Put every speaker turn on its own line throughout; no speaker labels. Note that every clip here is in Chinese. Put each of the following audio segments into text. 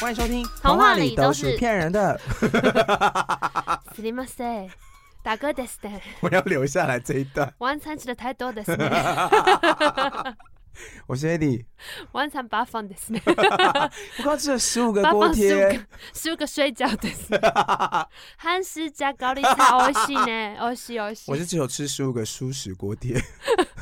欢迎收听《
童话里都是
骗人的》
すみません。大哥です ね。
我要留下来这一段。
晚餐吃的太多ですね。
我是 Eddie，
晚餐八方で すね。
我刚吃了十五个
八
锅
方十五
贴，
个十五个水饺ですね。韩式加高丽菜美味しい ね，美味しい美味し
我
い。
是只有吃十五个舒食锅贴，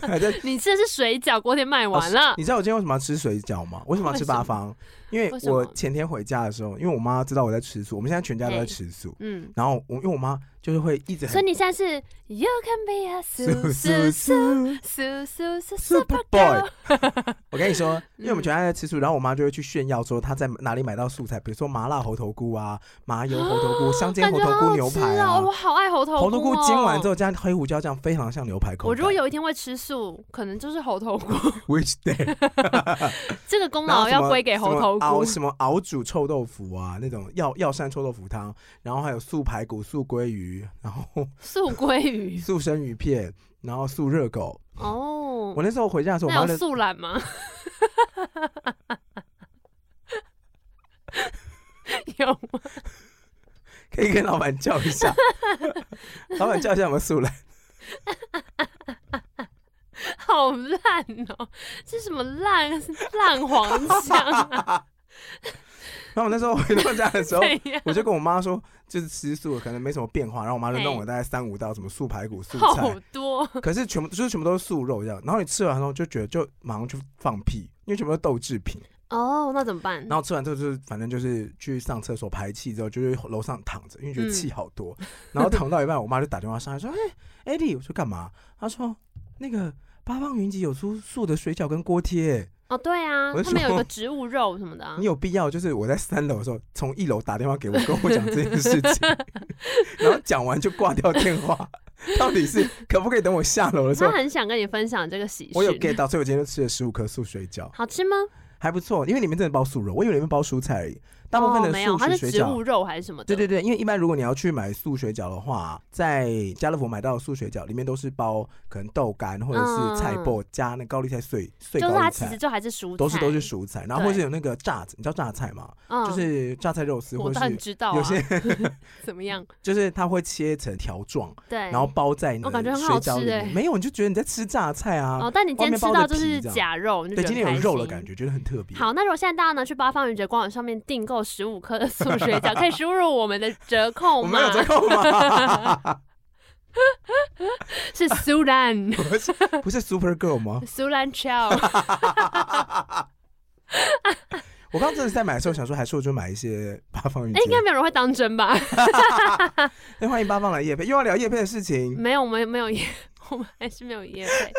还在。
你吃的是水饺，锅贴卖完了。
你知道我今天为什么要吃水饺吗？为什么要吃八方？因为
为什么
我前天回家的时候，因为我妈知道我在吃素，我们现在全家都在吃素。
嗯，
然后我因为我妈就是会一直很
所以你现在是 You can be a
素
su
素
su
素
su su su
Super
super
Boy
girl。。
我跟你
嗯
说，因为我们全家在吃素，然后我妈就会去炫耀说她在哪里买到素菜，比如说麻辣猴头菇啊、麻油猴头菇、香煎
哦感
猴
觉
头
好
菇
好
牛
吃
排啊
哦，我。好爱猴头菇、哦。
猴头菇煎完之后加黑胡椒酱，非常像牛排口感。
我如果有一天会吃素，可能就是猴头菇，
which day，
这个功
然后
劳
什么
要归给猴头
什么熬
菇。
什么熬煮臭豆腐啊，那种药药膳臭豆腐汤，然后还有素排骨、素鲑鱼，然后
素鲑鱼
素生鱼片，然后素热狗。
哦
我，那时候回家的时候，我
那
妈
有
就
素懒吗？ 有吗？
可以跟老板叫一 下，老板叫一下我们素来。
好烂哦！这什么烂烂黄酱 啊？
然后我那时候回到家的 时候，
怎样？
我就跟我妈说，就是吃素可能没什么变化，然后我妈就
嘿
弄了大概三五道什么素排骨、素
好
菜，
多，
可是全部就是全部都是素肉这样。然后你吃完后就觉得就马上就放屁，因为全部都是豆制品。
哦，那怎么办
然？后吃完之后就是反正就是去上厕所排气之后，就去楼上躺着，因为觉
嗯
得气好多。然后躺到一半，我妈就打电话上来说：“哎、e d d i e 我说干嘛？”她说：“那个八方云集有出素的水饺跟锅贴，欸
哦，对啊，
我是
他们有一
说
个植物肉什么的啊
你。有必要就是我在三楼的时候从一楼打电话给我，跟我讲这件事情， 然后讲完就挂掉电话，到底是可不可以等我下楼的时
他
候？”
很想跟你分享这个喜
我有
讯，
get 到，所以我今天就吃了十五颗素水饺，
好吃吗？
还不错。因为里面真的包素肉，我以为里面包蔬菜而已，大部分
哦
的
没有，
素
它
食
是
水
植
饺
物肉还是什么的？
对对对，因为一般如果你要去买素水饺的话，在家乐福买到的素水饺里面都是包可能豆干或者
嗯
是菜脯、加那高丽菜碎碎
就是
高
它
丽
其实
菜，
就还是蔬菜，
都是都是蔬菜，然后
对
或是有那个榨子，你知道榨菜吗？
嗯
就是榨菜肉丝，
我
或
当然
是
知道、啊，
有些
怎 么样？
就是它会切成条状，
对，
然后包在你
哎我
的
感觉很
水
好
饺
吃
里面。
欸
没有，你就觉得你在吃榨菜啊
哦，。但你今
外
天
面
吃
包
到
的
就
皮
是
这样
假肉，你就
对，
觉
今
得
天有
很
肉
开
的
心
感。觉，觉得很特别。
好，那如果现在大家呢去八方云集官网上面订购十五颗的素水饺，可以输入我们的折扣
我
码
们有折扣吗？
是苏 兰
不是 Super Girl 吗？
苏兰 Chow，
我刚刚真的是在买的时候想说，还是我就买一些八方云
哎，应
集
该没有人会当真吧？
那欢迎八方来夜配，又要聊夜配的事情。
没有，我们没有夜， 我们还是没有夜配。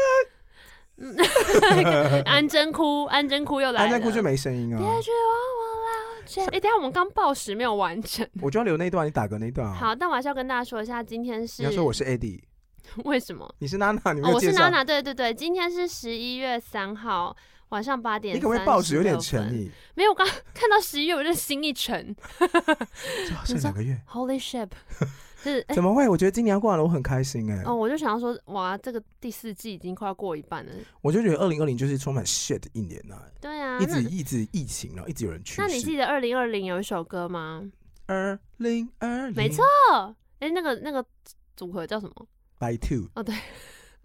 嗯 安贞哭，安贞哭又来了。
安在过去没声音啊
别，去往我老 家。哎、等一下我们刚报时没有完成。
我就要留那一段，你打嗝那一段啊。，
好，但我还是要跟大家说一下，今天是
你要说我是 Eddie，
为什么？
你是娜娜，你没
哦，
有
我
介
是
绍。
娜娜，对对对，今天是十一月三号晚上八点。
你可不可以报时有点沉？ 溺？
没有，我刚看到十一月，我就心一沉。
啊剩两个月，
Holy shit！是哎、
怎么会？我觉得今年要过完了，我很开心哎。
哦，我就想要说，哇，这个第四季已经快要过一半了。
我就觉得二零二零就是充满 shit 的一年呐，
对啊，
一直
那
一直疫情，然后一直有人去世。
那你记得二零二零有一首歌吗？
二零二零，
没错哦，哎、那个那个组合叫什么？
，By Two。
哦对。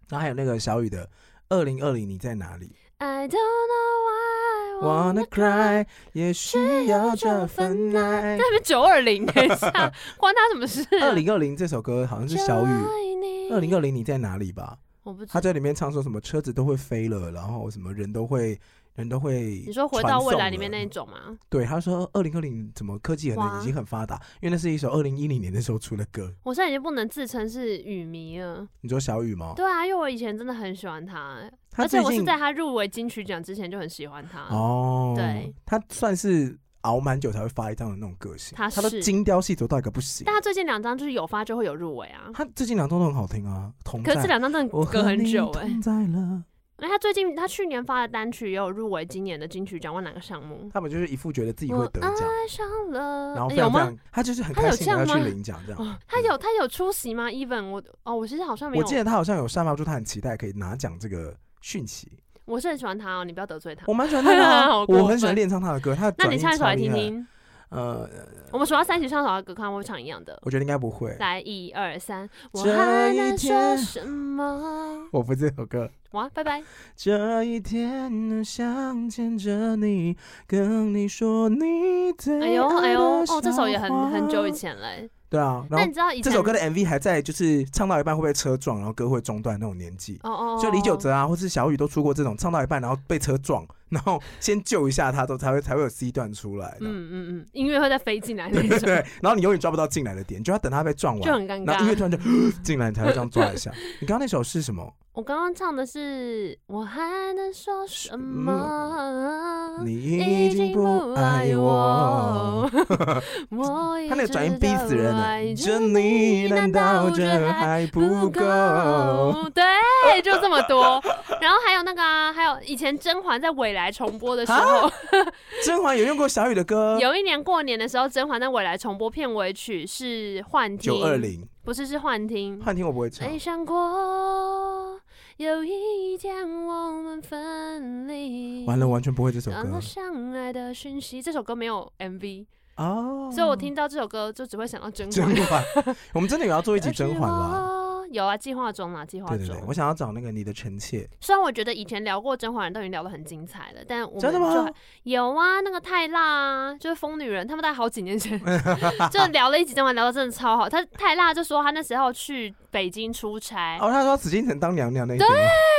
然后还有那个小雨的。二零二零，你在哪里
I don't know why I
？Wanna cry，也需要这份爱
在。那边九二零，等一 下，关他什么事？啊
二零二零这首歌好像是小雨
雨
二零二零你在哪里吧？
我不知
他在里面唱说什么车子都会飞了，然后什么人都会人都会。
你说回到未来里面那一？种吗？
对，他说二零二零怎么科技很
哇
已经很发达，因为那是一首二零一零年的时候出的歌。
我现在已经不能自称是雨迷了。
你说小雨吗？
对啊，因为我以前真的很喜欢他，欸
他
而且
最
我是
近
在他入围金曲奖之前就很喜欢他。
哦，
对，
他算是熬蛮久才会发一张的那种个性，
他
他都
是
精雕细琢到一个不行
但。他最近两张就是有发就会有入围啊，
他最近两张都很好听啊，同
可是这
在。
两张真
我
的隔
和
很
你
久哎、
同在了。
因为他最近他去年发的单曲也有入围今年的金曲奖，忘哪个项目？
他们就是一副觉得自己
我
会得奖，
爱上了，
然后
哎
非
有
常非
吗？
常，他就是很
他
开
有
心地
这
要
样
去
吗
领奖这样。
哦，他有他有出席吗？Even 我哦，我其实好像没
我
有，
记得他好像有散发出他很期待可以拿奖这个讯 息，
我是很喜欢他哦，你不要得罪他。
我蛮喜欢他的啊、
好过分
我很喜欢练唱他的歌，他的
那
转
你
音
唱一首
超
来
厉
听
害。
听。
呃，
我们数到三起唱首歌，看会不会唱一样的。
我觉得应该不会。
来，一二三，我
这
还
一
能说
天
什么？
我不是这首歌。
哇，拜拜。
这一天能相见着你，跟你说你对
哎呦哎呦，哦，这首
首
也很很久以。前嘞。
对啊，然
那
后
你知道以前
这首歌的 MV 还在，就是唱到一半会被车撞，然后歌会中断那种年纪。
哦哦，
就李玖
哦
哲啊，或是小雨都出过这种，唱到一半然后被车撞，然后先救一下他，都才会才会有 C 段出来的。
嗯嗯嗯，音乐会再飞进来那
对
种，
对，然后你永远抓不到进来的点，就要等他被撞
就
完，
很尴
然后音乐
尬。
突然就啊进来，你才会这样抓一下。你刚刚那首是什么？
我刚刚唱的是我还能说什么？
你已经不爱 我。，
我
他那个转音逼
逼
死人啊了。这你难道这还不够？？
对，就这么多。然后还有那个、啊，还有以前甄嬛在未来重播的时
啊
候，
甄嬛有用过小雨的歌，
有一年过年的时候，甄嬛在未来重播片尾曲是幻听，
九二，零
不是是幻听。
幻听我不会唱
没。想过有一天我们分离。
完了，我完全不会这首
传了
歌
相爱的讯息，这首歌没有 MV，、
哦。
所以我听到这首歌就只会想到甄
甄
嬛。
嬛， 我们真的有要做一集甄嬛啦。
了， 有啊，计划中啦，计划
对
中。
对对，我想要找那个你的臣妾，
虽然我觉得以前聊过甄嬛人都已经聊得很精彩了，但我们
真的
就
吗
还？有啊，那个泰辣啊，就是疯女人，他们大概好几 年前就聊了一集甄嬛，聊得真的超好。他泰辣就说他那时候去北京出差，
哦，他说紫禁城当娘娘那一集吗，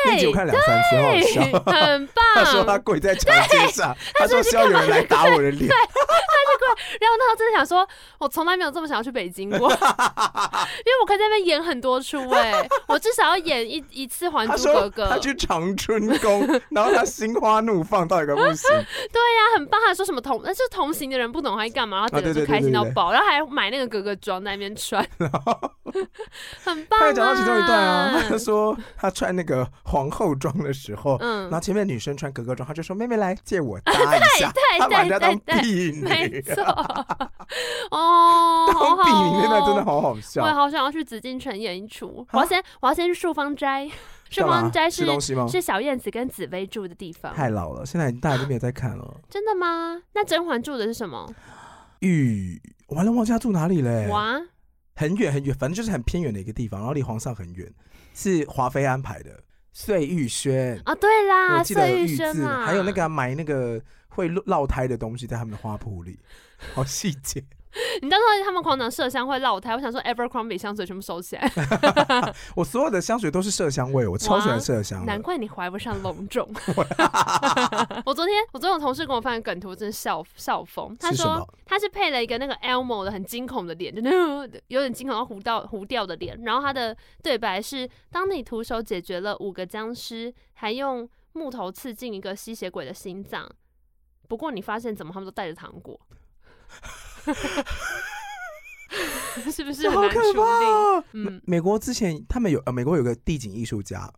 那集我看两三次，好好
对，
笑。
很
他说他
棒。
跪在长街上，他说需要有人来打我的脸，
然后那时候真的想说，我从来没有这么想要去北 京过，因为我可以在那边演很多出哎、我至少要演一一次《还
他
珠格
说
格》。
他去长春宫，然后他心花怒放到一个不行，
他很棒，他还说什么同，那是同行的人不懂他在干嘛，然后整个
啊对对
人就开心到
对对对
爆，然后还买那个格格装在那边穿， 很棒、啊。
他有讲到其中一段啊， 他说他穿那个皇后装的时候，
嗯
然后前面女生穿格格装，他就说妹妹来借 我搭一 下，
对
他把人
对
家当
对
婢
没
女，
错，哦，
当
好好、
婢女
哦，
那段真的好好
我也
笑。啊
好想要去紫禁城演一出，我要先我要先去漱芳 斋，漱
干嘛
芳斋
吃
是
东西吗？
是小燕子跟紫薇住的地方，
太老了，现在大家都没有在看了。
真的吗？那甄嬛住的是什么？
玉完了忘记他住哪里嘞？
哇，
很远很远，反正就是很偏远的一个地方，然后离皇上很远，是华妃安排的。碎玉轩，
啊，对啦，
我记得有
碎玉
玉字
轩，嘛，
还有那个啊、埋那个会落落胎的东西在他们的花圃里，好细节。
你到时候他们狂讲麝香会落胎，我想说 Evercrombie 香水全部收起来，
我所有的香水都是麝香味，我超喜欢麝香
难
的。
怪你怀不上龙 种。我昨天我昨天有同事跟我发个梗图，真的笑笑疯。他
是什
说
么
他是配了一个那个 Elmo 的很惊恐的脸，就那种有点惊恐到糊到糊掉的脸，然后他的对白是：当你徒手解决了五个僵尸，还用木头刺进一个吸血鬼的心脏，不过你发现怎么他们都带着糖果。 是不是很
好
难
可
处理？
怕、哦！
嗯
美国之前他们有呃，美国有个地景艺术家，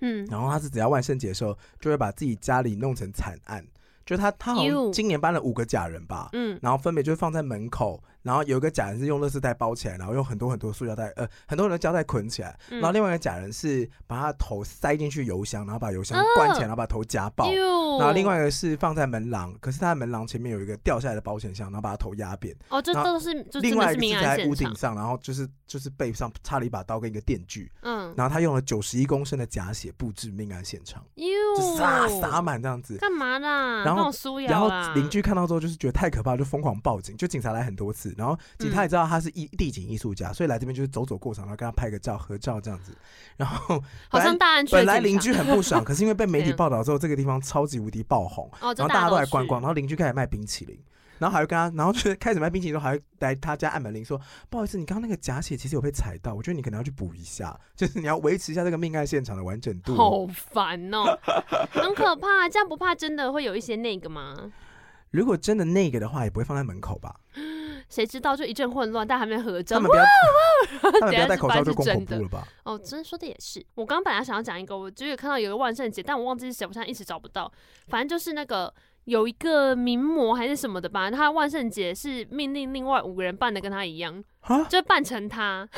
嗯，
然后他是只要万圣节的时候，就会把自己家里弄成惨案。就他他好
You
像今年搬了五个假人吧，
嗯，
然后分别就是放在门口，然后有一个假人是用垃圾袋包起来，然后用很多很多塑胶袋，呃，很多很多胶带捆起来，
嗯
然后另外一个假人是把他的头塞进去油箱，然后把油箱关
哦
起来，然后把头夹爆。
哟
然后另外一个是放在门廊，可是他的门廊前面有一个掉下来的保险箱，然后把他头压扁。
哦，这
然后
都是就真
另
的
外
是
一个
命
是
案
在
现
屋顶
场，
上，然后就是就是背上插了一把刀跟一个电锯，
嗯，
然后他用了九十一公升的假血布置命案现场，
哟，
就撒撒满这样子。
干嘛啦？
然后
那种啊苏
然
瑶
后
啦，
邻居看到之后就是觉得太可怕，就疯狂报警，就警察来很多次，然后警察也知道他是艺地景艺术家，所以来这边就是走走过场，然后跟他拍个照、合照这样子。然后
好
本来
像大安区的
本来
警
邻
察
居很不爽， 可是因为被媒
怎
体
样
报道之后，这个地方超级无敌爆红，
哦，这
然后大家都来
去
观光，然后邻居开始卖冰淇淋。然后还会跟他，然后就是开始卖冰淇淋的时候，还会来他家按门铃说：“不好意思，你刚刚那个假血其实有被踩到，我觉得你可能要去补一下， 就是你要维持一下这个命案现场的完整度。”
好烦 哦，很可怕。这样不怕真的会有一些那个吗？
如果真的那个的话，也不会放在门口吧？
谁知道就一阵混乱，但还没合
他
照
们。不要，他们不
等下
要戴
就
口
发
罩
现
就是公
真
恐
的
怖了吧？
哦，真的说的也是。我刚本来想要讲一个，我就有看到有个万圣节，但我忘记是谁，我现在一直找不到。反正就是那个有一个名模还是什么的吧，他万圣节是命令另外五个人扮的跟他一样，
啊？
就扮成他。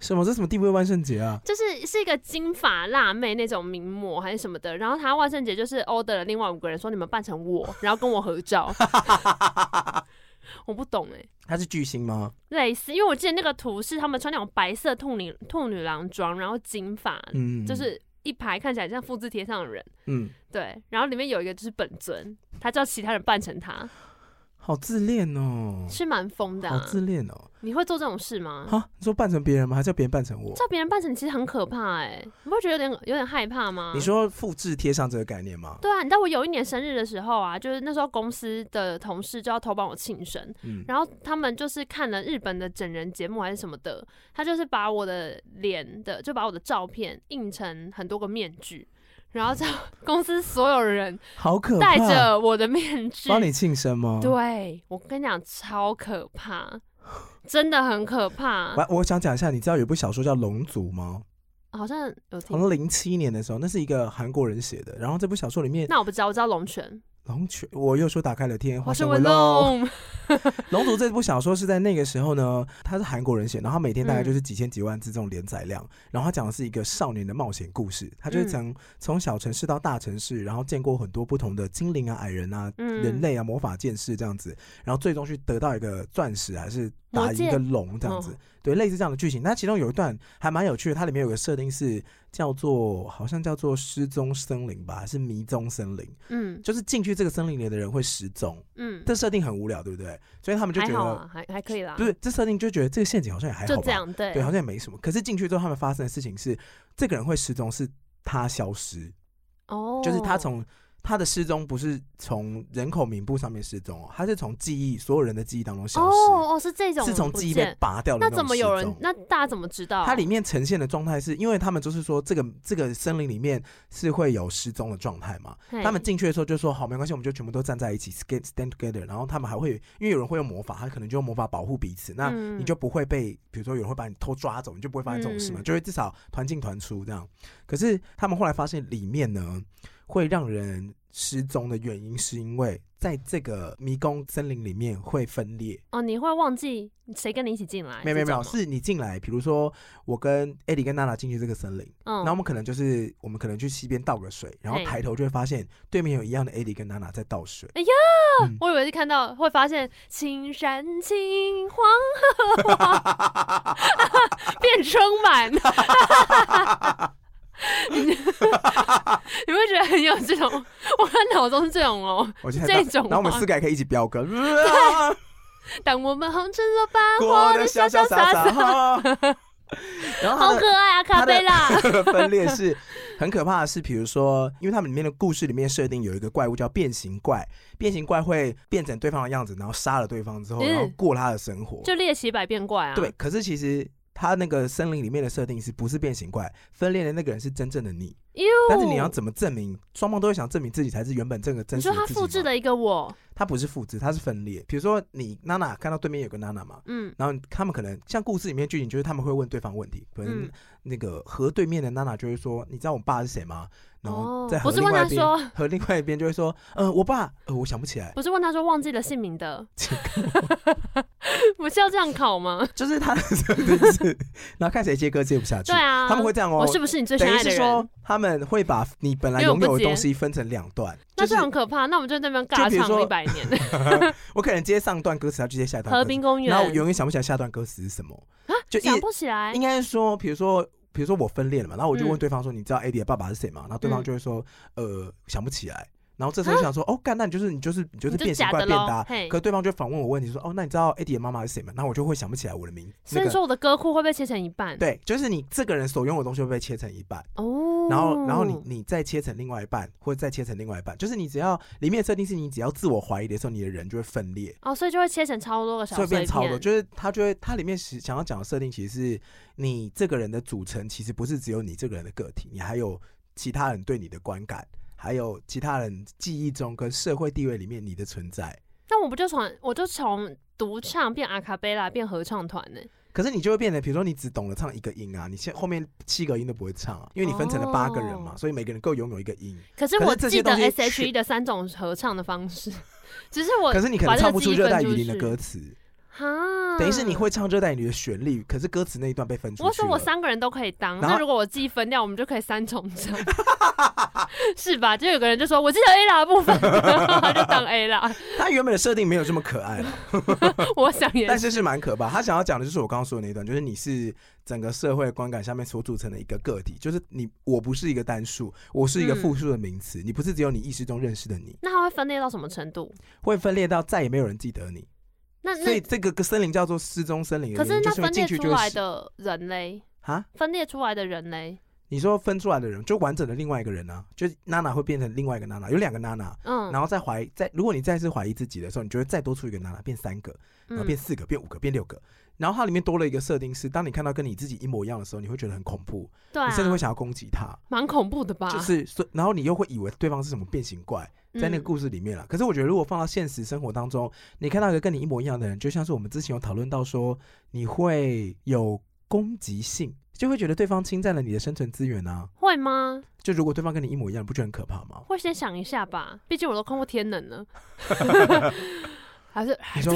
什么？这什么地位万圣节啊？
就是是一个金发辣妹那种名模还是什么的，然后她万圣节就是 order 了另外五个人说你们扮成我，然后跟我合照。我不懂哎、
他是巨星吗？
类似，因为我记得那个图是他们穿那种白色兔女兔女郎装，然后金发，
嗯，
就是一排看起来像复制贴上的人，
嗯，
对，然后里面有一个就是本尊，他叫其他人扮成他，
好自恋哦，
是蛮疯的、
好
啊。
自恋哦。
你会做这种事吗？
哈，你说扮成别人吗？还是要别人扮成我？
叫别人扮成其实很可怕哎、你不会觉得有点有点害怕吗？
你说复制贴上这个概念吗？
对啊，你知道我有一年生日的时候啊，就是那时候公司的同事就要偷帮我庆生，
嗯，
然后他们就是看了日本的整人节目还是什么的，他就是把我的脸的就把我的照片印成很多个面具，然后叫公司所有人
好可怕。
戴着我的面具，
帮你庆生吗？
对啊我跟你讲超可怕，真的很可怕，
我我想讲一下，你知道有部小说叫《龙族》吗？
好像
好
有听
像，零七年的时候，那是一个韩国人写的。然后这部小说里面，
那我不知道，我知道龙泉，
龙泉，我又说打开了天花
我是
神
文
文龙。
龙，
龙族这部小说是在那个时候呢，它是韩国人写，然后他每天大概就是几千几万字这种连载量，然后他讲的是一个少年的冒险故事，他就是讲从小城市到大城市，然后见过很多不同的精灵啊、矮人啊、
嗯
人类啊、魔法剑士这样子，然后最终去得到一个钻石还是打
魔
赢
戒
一个龙这样子
哦，
对，类似这样的剧情。那其中有一段还蛮有趣的，它里面有个设定是叫做好像叫做失踪森林吧，还是迷踪森林，
嗯
就是进去这个森林里的人会失踪。
嗯，
这设定很无聊，对不对？所以他们就觉
还
得
好啊，还还可以啦，
不是这设定就觉得这个陷阱好像也还好吧，
就这样，对
对，好像也没什么。可是进去之后，他们发生的事情是，这个人会失踪，是他消失，
哦，
就是他从他的失踪不是从人口名簿上面失踪哦，他是从记忆所有人的记忆当中消失，
哦哦是这种
是从
不
记忆
见
被拔掉的
那
种
怎么有
失
人
踪？
那大家怎么知道？
它里面呈现的状态是因为他们就是说，这个这个森林里面是会有失踪的状态嘛？
嘿
他们进去的时候就说好，没关系，我们就全部都站在一起，stand stand together。然后他们还会，因为有人会用魔法，他可能就用魔法保护彼此，那
嗯
你就不会被，比如说有人会把你偷抓走，你就不会发生这种事嘛，
嗯
就会至少团进团出这样。可是他们后来发现里面呢，会让人失踪的原因是因为在这个迷宫森林里面会分裂，
哦，你会忘记谁跟你一起进来？
没有没有没有，
哎这种
是你进来，比如说我跟艾迪跟娜娜进去这个森林。
吗
那我
嗯，
们可能就是我们可能去溪边倒个水，然后
嘿
抬头就会发现对面有一样的 AD 跟娜娜在倒水。
哎呀
嗯
我以为是看到会发现青山青黄 河变撑满， 你 你会觉得很有这种，我看脑中是这种哦。
我觉得
这种
然后我们
话
四个还可以一起飙歌，
当我们红尘作伴，
过
活
得
得潇
潇潇
潇
洒
洒洒，
洒。然
好
后
可爱啊，卡贝拉。
它的分裂是很可怕的是，比如说，因为他们里面的故事里面设定有一个怪物叫变形怪，变形怪会变成对方的样子，然后杀了对方之后，然后
嗯
过他的生活。
就猎奇百变怪啊！
对，，可是其实他那个森林里面的设定是不是变形怪分裂的那个人是真正的你？
哟，
但是你要怎么证明？双方都会想证明自己才是原本这个真
你
实的
说
自己
他复制
嘛，
了一个我，
它不是复制，它是分裂。比如说你娜娜看到对面有个娜娜嘛，
嗯
然后他们可能像故事里面剧情，就是他们会问对方问题，可能
嗯，
那个和对面的娜娜就会说：“你知道我爸是谁吗？”然后
哦
在，和
不是
另
问
外
他
一边，
说，
和另外一边就会说：“呃，我爸，呃，我想不起 来。
不是问他说忘记了姓名的
这，
不是要这样考吗”？
就是他的设定是，然后看谁接歌接不下去
对。啊，
他们会这样哦
我，是不是你最深
等于
爱的
是
人
说？他们会把你本来
因为我
拥
不
有的
接
东西分成两段，
那
就
这
是
很可怕，那我们就在那边
就
尬
比如
唱了
说
一百年。
我可能接上段歌词，要去接下一段歌
河
词
滨公园
然后我永远想不起来下段歌词是什么，就一
啊想不起来
应，该是说，比如说。比如说我分裂了嘛，然后我就问
嗯
对方说：“你知道 AD 的爸爸是谁吗？”然后对方
嗯啊
就会说：“呃，想不起来。”然后这时候就想说：“哦，干，那你就是你就是你就是
你就
变形
假
怪
的
变
喽
搭。”。
嘿
可，对方就反问我问题说：“哦，那你知道 AD 的妈妈是谁吗？”那我就会想不起来我的名字。
所
那
以
个
说我的歌库会被切成一半。
对，就是你这个人所拥有的东西会被切成一半，
哦，
然后然后你你再切成另外一半，或者再切成另外一半，就是你只要里面的设定是你只要自我怀疑的时候，你的人就会分裂。
哦，所以就会切成超多个小
所以
碎
变超多，
片。
就是他觉得它里面是想要讲的设定，其实是你这个人的组成，其实不是只有你这个人的个体，你还有其他人对你的观感，还有其他人记忆中跟社会地位里面你的存在。
那我不就从我就从独唱变阿卡贝拉变合唱团呢？
可是你就会变得，比如说你只懂得唱一个音啊，你现后面七个音都不会唱啊，因为你分成了八个人嘛，
哦
所以每个人各拥有一个音。
可是
可是
我
这
记
些
得
东西
S.H.E 的三种合唱的方式， 只是我
可是你可能
把这个
唱不出
记忆
《热带
分
雨林》的
出去嗯
歌词，
哈，
等于是你会唱《热带雨林》的旋律，可是歌词那一段被分出去了。
我说我三个人都可以当，
然后
那如果我自己分掉，我们就可以三重唱。是吧？就有个人就说，我记得 A 啦部分，然后就当 A 啦。
他原本的设定没有这么可爱了，
我想也
但是是蛮可怕。他想要讲的就是我刚刚说的那一段，就是你是整个社会观感下面所组成的一个个体，就是你我不是一个单数，我是一个
嗯
复数的名词，你不是只有你意识中认识的你，
那它会分裂到什么程度？
会分裂到再也没有人记得你。
那
所以这
那
个森林叫做失踪森林的
可
原
是
因，
那
就是因为
分裂
进去
出
就
来
会死
的人嘞，
啊。
分裂出来的人嘞，
你说分出来的人，就完整的另外一个人啊，就娜娜会变成另外一个娜娜，有两个娜娜，
嗯，
然后再怀疑，再如果你再次怀疑自己的时候，你就会再多出一个娜娜，变三个，然后
嗯
变四个，变五个，变六个。然后它里面多了一个设定是，当你看到跟你自己一模一样的时候，你会觉得很恐怖，
对啊
你，甚至会想要攻击他，
蛮恐怖的吧？
就是所，然后你又会以为对方是什么变形怪，在那个
嗯
故事里面了。可是我觉得，如果放到现实生活当中，你看到一个跟你一模一样的人，就像是我们之前有讨论到说，你会有攻击性，就会觉得对方侵占了你的生存资源啊。
会吗？
就如果对方跟你一模一样，你不觉得很可怕 吗？
会先想一下吧，毕竟我都看过天能 了。还是
你说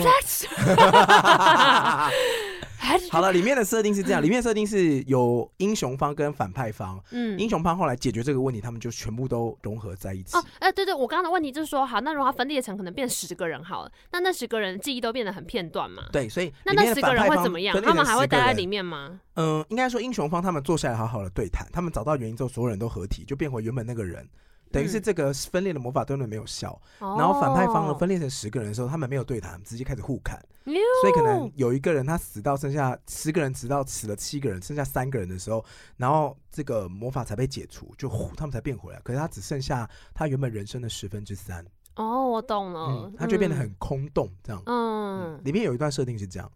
还是
好了，里面的设定是这样，里面的设定是有英雄方跟反派方，
嗯
英雄方后来解决这个问题，他们就全部都融合在一起
哦。，哎、对对，我刚刚的问题就是说，好，那如果它分裂成可能变十个人好了，那那十个人记忆都变得很片段嘛？
对，所以
那
里
那
面
十
的
个
反
人
派
会
方
怎么样
分？裂
他们
成
还
10
会
个
待在
人
里面吗？
嗯，应该说英雄方他们坐下来好好的对谈，他们找到原因之后，所有人都合体，就变回原本那个人。等于是
嗯
这个分裂的魔法盾论没有效，
哦
然后反派方呢分裂成十个人的时候，他们没有对谈，直接开始互砍，
哦哟
所以可能有一个人他死到剩下十个人，直到死了七个人，剩下三个人的时候，然后这个魔法才被解除，就呼他们才变回来。可是他只剩下他原本人生的十分之三，
哦，我懂了
嗯，，他就变得很空洞这样。
嗯。
嗯
嗯，
里面有一段设定是这样，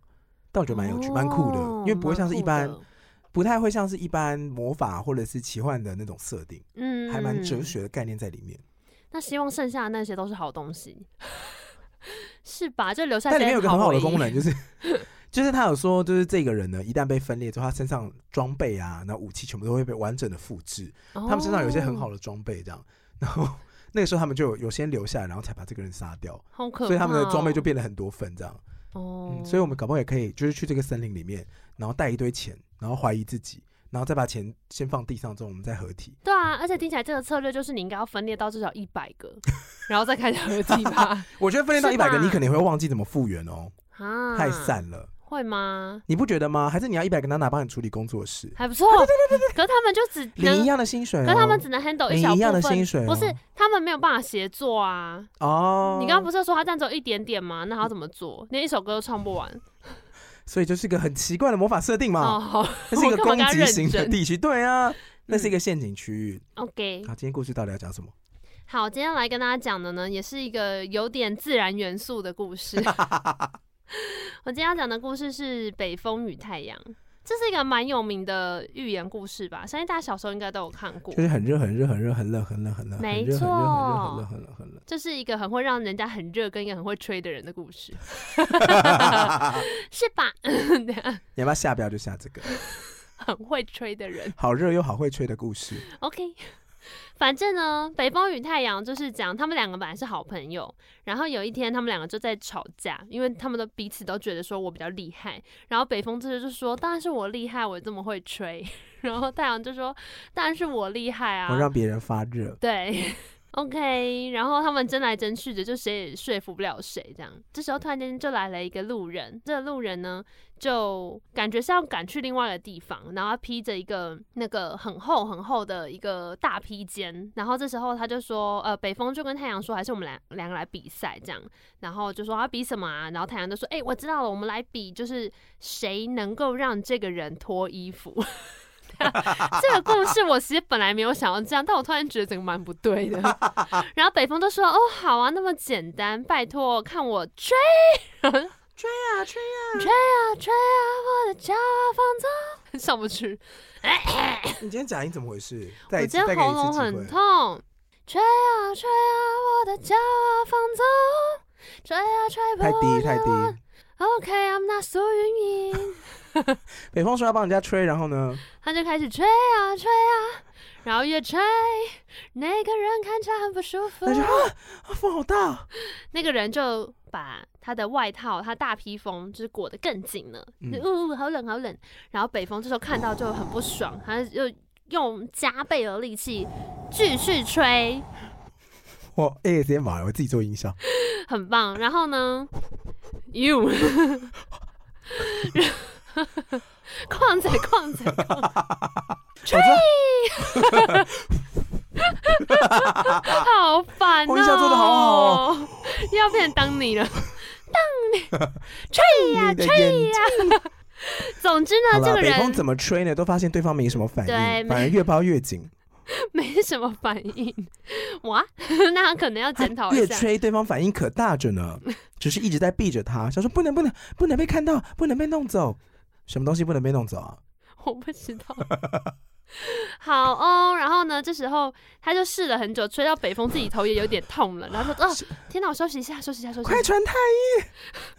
但我觉得蛮有趣、蛮酷的，因为不会像是一般
哦蛮酷的
不太会像是一般魔法或者是奇幻的那种设定，
嗯
还蛮哲。学的概念在里面。
那希望剩下的那些都是好东西，是吧？就留下。
但里面有个很好的功能，，就是就是他有说，就是这个人呢，一旦被分裂之后，他身上装备啊，然后武器全部都会被完整的复制。
他
他们身上有一些
哦
很好，的装备，这样，然后 那个时候他们就有有先留下来，然后才把这个人杀掉，
好可怕哦。
所以他们的装备就变了很多份，这样。
哦
嗯，，所以我们搞不好也可以，就是去这个森林里面，然后带一堆钱，然后怀疑自己，然后再把钱先放地上之后，我们再合体。
对啊，而且听起来这个策略就是你应该要分裂到至少一百个， 然后再开始合 计吧。
我觉得分裂到一
是
百个，
吧
你肯定会忘记怎么复原哦，
啊，
太，散了。
会吗？
你不觉得吗？还是你要一百个娜娜帮你处理工作室，
还不错，可是他们就只
领一
能，
样的薪水、哦，
可是他们只能 handle 一小
领一样的
部
薪
分，
水、哦，
不是他们没有办法协作啊。
哦。
你刚刚不是说他占走一点点吗？那他要怎么做？连一首歌都唱不完
所以就是一个很奇怪的魔法设定
哦。
嘛，
好
那是一个
我干
攻
嘛跟他
击型的
认真
地区，对啊，那是一个陷阱区域。啊
，OK，
好，今天故事到底要讲什么？
好，今天来跟大家讲的呢，也是一个有点自然元素的故事。 我今天要讲的故事是《北风与太阳》，这是一个蛮有名的寓言故事吧？相信大家小时候应该都有看过
就。是很热，很热，很热，很冷，很冷，很冷，很
没
热，很热，很热，
错
很热，很冷，
这是一个很会让人家很热，跟一个很会吹的人的故事，
很冷。
是吧？ 对啊
你要不要下标就下这个？
很会吹的人。
好热又好会吹的故事。
OK，反正呢，北风与太阳就是讲他们两个本来是好朋友，然后有一天他们两个就在吵架，因为他们都彼此都觉得说我比较厉害，然后北风这时候就说当然是我厉害，我这么会吹， 然后太阳就说当然是我厉
我
害啊，
哦让别人发热，
对。OK，然后他们争来争去的，就谁也说服不了谁，这样。这时候突然间就来了一个路人，这个路人呢，就感觉是要赶去另外的地方，然后他披着一个那个很厚很厚的一个大披肩，然后这时候他就说，呃，北风就跟太阳说，还是我们俩两个来比赛这样，然后就说要比什么啊，然后太阳就说，哎、我知道了，我们来比就是谁能够让这个人脱衣服。 这个故事我其实本来没有想要这样，但我突然觉得整个蛮不对 的。然后北风就说：“哦，好啊，那么简单，拜托，看我吹。”
吹呀啊吹
吹啊，我的脚 放纵，上不去，
呀！你今天假音怎么回事？再
我
一
今
次，再
天
给
喉
你一
咙
次
很
机会。
痛。吹啊吹啊，我的脚放纵，吹啊吹不啊
太低太低。
OK，I'm、not 苏云莹。
北风说要帮人家吹，然后呢？
他就开始吹啊吹啊，然后越吹，那个人看起来很不舒服
那。就啊，啊风好大。
那个人就把他的外套，他大披风就是裹得更紧了，
嗯
就呜、好冷好冷。然后北风这时候看到就很不爽，他就用加倍的力气继续吹，
我 ASMR 我自己做音效，
很棒。然后呢，you，矿仔 矿仔矿仔，吹，好烦哦、
我一下做得好好哦
又要变成当你了。
嗯你的眼睛。
总之
好
呢，这
啦，
个
北风
人
怎么吹呢？都发现对方没什么反
对
应，反而越包越紧，
没什么反应，哇， 那他可能要检讨
越
一下。
吹对方反应可大着 呢，只是一直在避着他，想说不能不能不能被看到，不能被弄走，什么东西不能被弄走啊？
我不知道。 好哦，然后呢？这时候他就试了很久，吹到北风自己头也有点痛了，然后说：“哦，天哪，我休息一下，休息一下，休息一
快
下。
传太”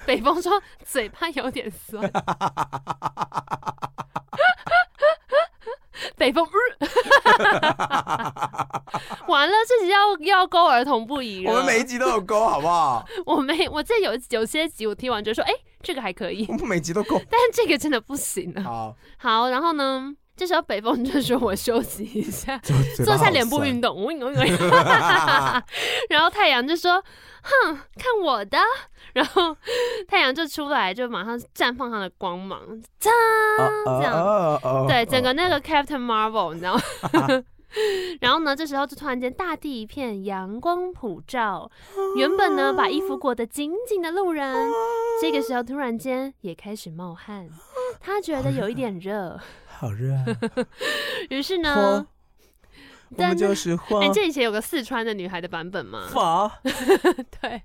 北风说：“嘴巴有点酸。” 北风，呃、 完了，这集要又要勾儿童不宜了。
我们每一集都有勾，好不 好？
我没，我这有有些集我听完就说：“哎，这个还可以
我，们每集都勾。
但这个真的不行了。
好，”
好，然后呢？这时候北风就说：“我休息一下。”
做
做一下脸部运动， 我我我，然后太阳就说：“哼，看我的。”然后太阳就出来，就马上绽放它的光芒，这
啊
这样
样
对，整个那个 Captain Marvel，你知道吗？ 然后呢，这时候就突然间大地一片阳光普照，原本呢把衣服裹得紧紧的路人，这个时候突然间也开始冒汗，他觉得有一点热，
好热啊，
于是
火
呢，，
我们就是火
嗯 哎、，这以前有个四川的女孩的版本吗？
火，
对，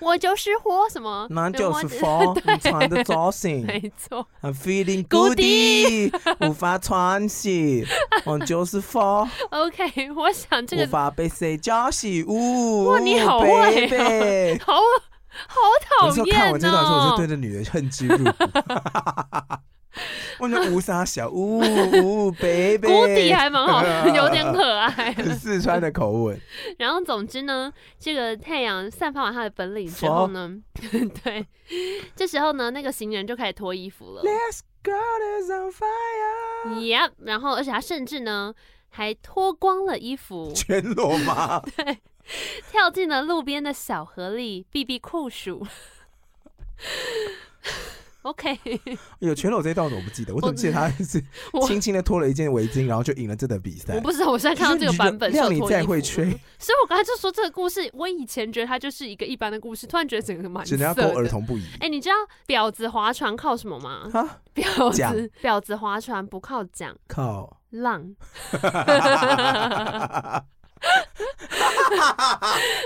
我就是火什么，
那
对
就
我
是火，你穿的造型。
没错，
I'm feeling
Goody
goody，无法喘息，我就是佛，
OK，我想 这
无
个
法被谁叫醒。呜，
哇你好会哦
baby
好好
有时
讨
候看
厌
完这段的时候，我就对
哦。
这女的恨之入骨。我 觉得吴沙小，呜呜，baby，
谷底还蛮好， 有点 可爱。
四川的口吻，
然后总之呢，这个太阳散发完它的本领之后呢， 对，这时候呢，那个行人就开始脱衣服了。
This girl is on fire，
Yep，然后而且他甚至呢还脱光了 衣服，
全裸 吗？
跳进了路边的小河里避避酷暑。OK，
有哎全裸这一段我不记得，我怎么记得 他是
我
轻轻的脱了一件围巾，然后就赢了这个比赛
我。不知道，我现在看到这个版本是有
让你
脱衣
再
服
会
的
吹，
所以我刚才就说这个故事，我以前觉得它就是一个一般的故事，突然觉得整个蛮
只
色
能要
的。
勾儿童不宜
哎、你知道婊子划船靠什么吗？
啊！
婊
桨
子婊子划船不靠桨，
靠，
浪。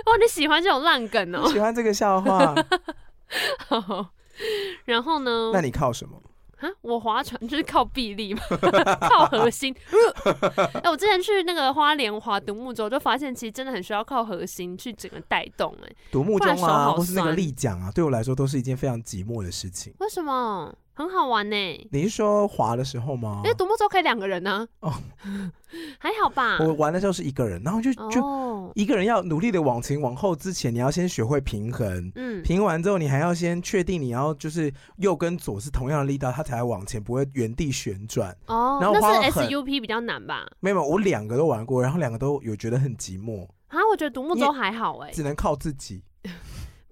哇，你喜欢这种浪梗哦、
喜欢这个笑 话，
然后呢？
那你靠什么？
啊，我划船就是靠臂力嘛， 靠核心。哎、我之前去那个花莲划独木舟，就发现其实真的很需要靠核心去整个带动、哎，
独木
不然
钟
手
啊，
好
或是那个
酸
立桨啊，对我来说都是一件非常寂寞的事情。
为什么？很好玩呢、
你是说滑的时候吗
因为？独木舟可以两个人呢、
哦
还好吧。
我玩的时候是一个人，然后就就
哦，
一个人要努力的往前往后之前，你要先学会平衡。
嗯，
平完之后，你还要先确定你要就是右跟左是同样的力道，它才往前，不会原地旋转。
哦，
然后花了
那是
很
SUP 比较难吧？
没有，没有我两个都玩过，然后两个都有觉得很寂寞，
啊，我觉得独木舟还好哎、
只能靠自己，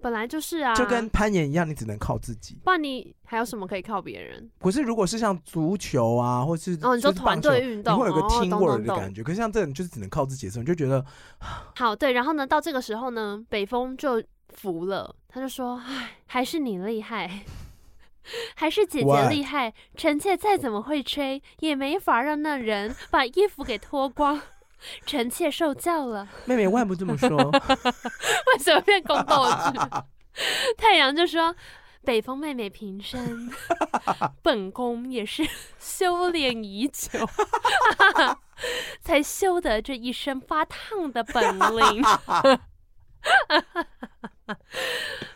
本来就是啊，
就跟攀岩一样，你只能靠自己。
不然你还有什么可以靠别人？
可是如果是像足球啊，或是
哦，你说
就是
团
棒球
队运
你
动，
会有个
哦
team
懂
work
懂
的
懂。
感觉。可是像这种就是只能靠自己的时候，你就觉得
好，对，然后呢，到这个时候呢，北风就服了，他就说：“唉，还是你厉害， 还是姐姐
Why？
厉害。臣妾再怎么会吹，也没法让那人把衣服给脱光。 臣妾受教了。
妹妹为什么这么 说？
为什么变宫斗剧？ 太阳就说：“北风妹妹平身， 本宫也是修炼已久， 才修得这一身发烫的本领。”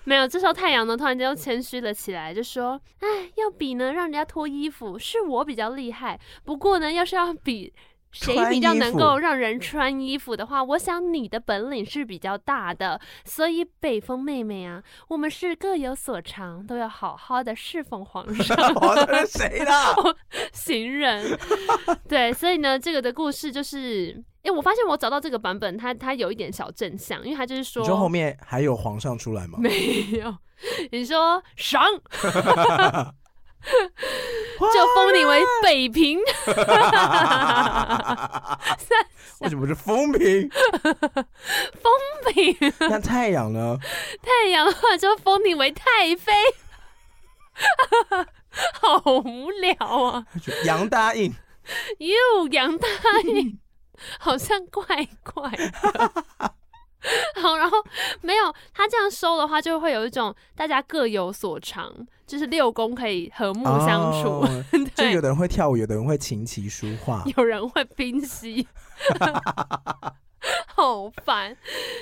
没有，这时候太阳呢，突然间又谦虚了起来，就说：“哎，要比呢，让人家脱衣服，是我比较厉害。不过呢，要是要比谁
穿
比较
衣
能
服
够让人穿衣服的话，我想你的本领是比较大的。所以北风妹妹啊，我们是各有所长，都要好好的侍奉皇上
我的谁啦？
行人。对，所以呢，这个的故事就是。哎、我发现我找到这个版本，它它有一点小正向，因为它就是说
你说后面还有皇上出来吗？
没有，你说 赏就封你为北平，
为什么是风 平？
北平
那太阳呢？
太阳的话就封你为太妃， 好无聊啊！
就杨答应，
又杨大爷，好像怪怪的。 好，然后没有他这样收的话，就会有一种大家各有所长，就是六宫可以和睦相处。
哦就
对
有，的人会跳舞，有的人会琴棋书画。
有人会冰嬉， 好烦。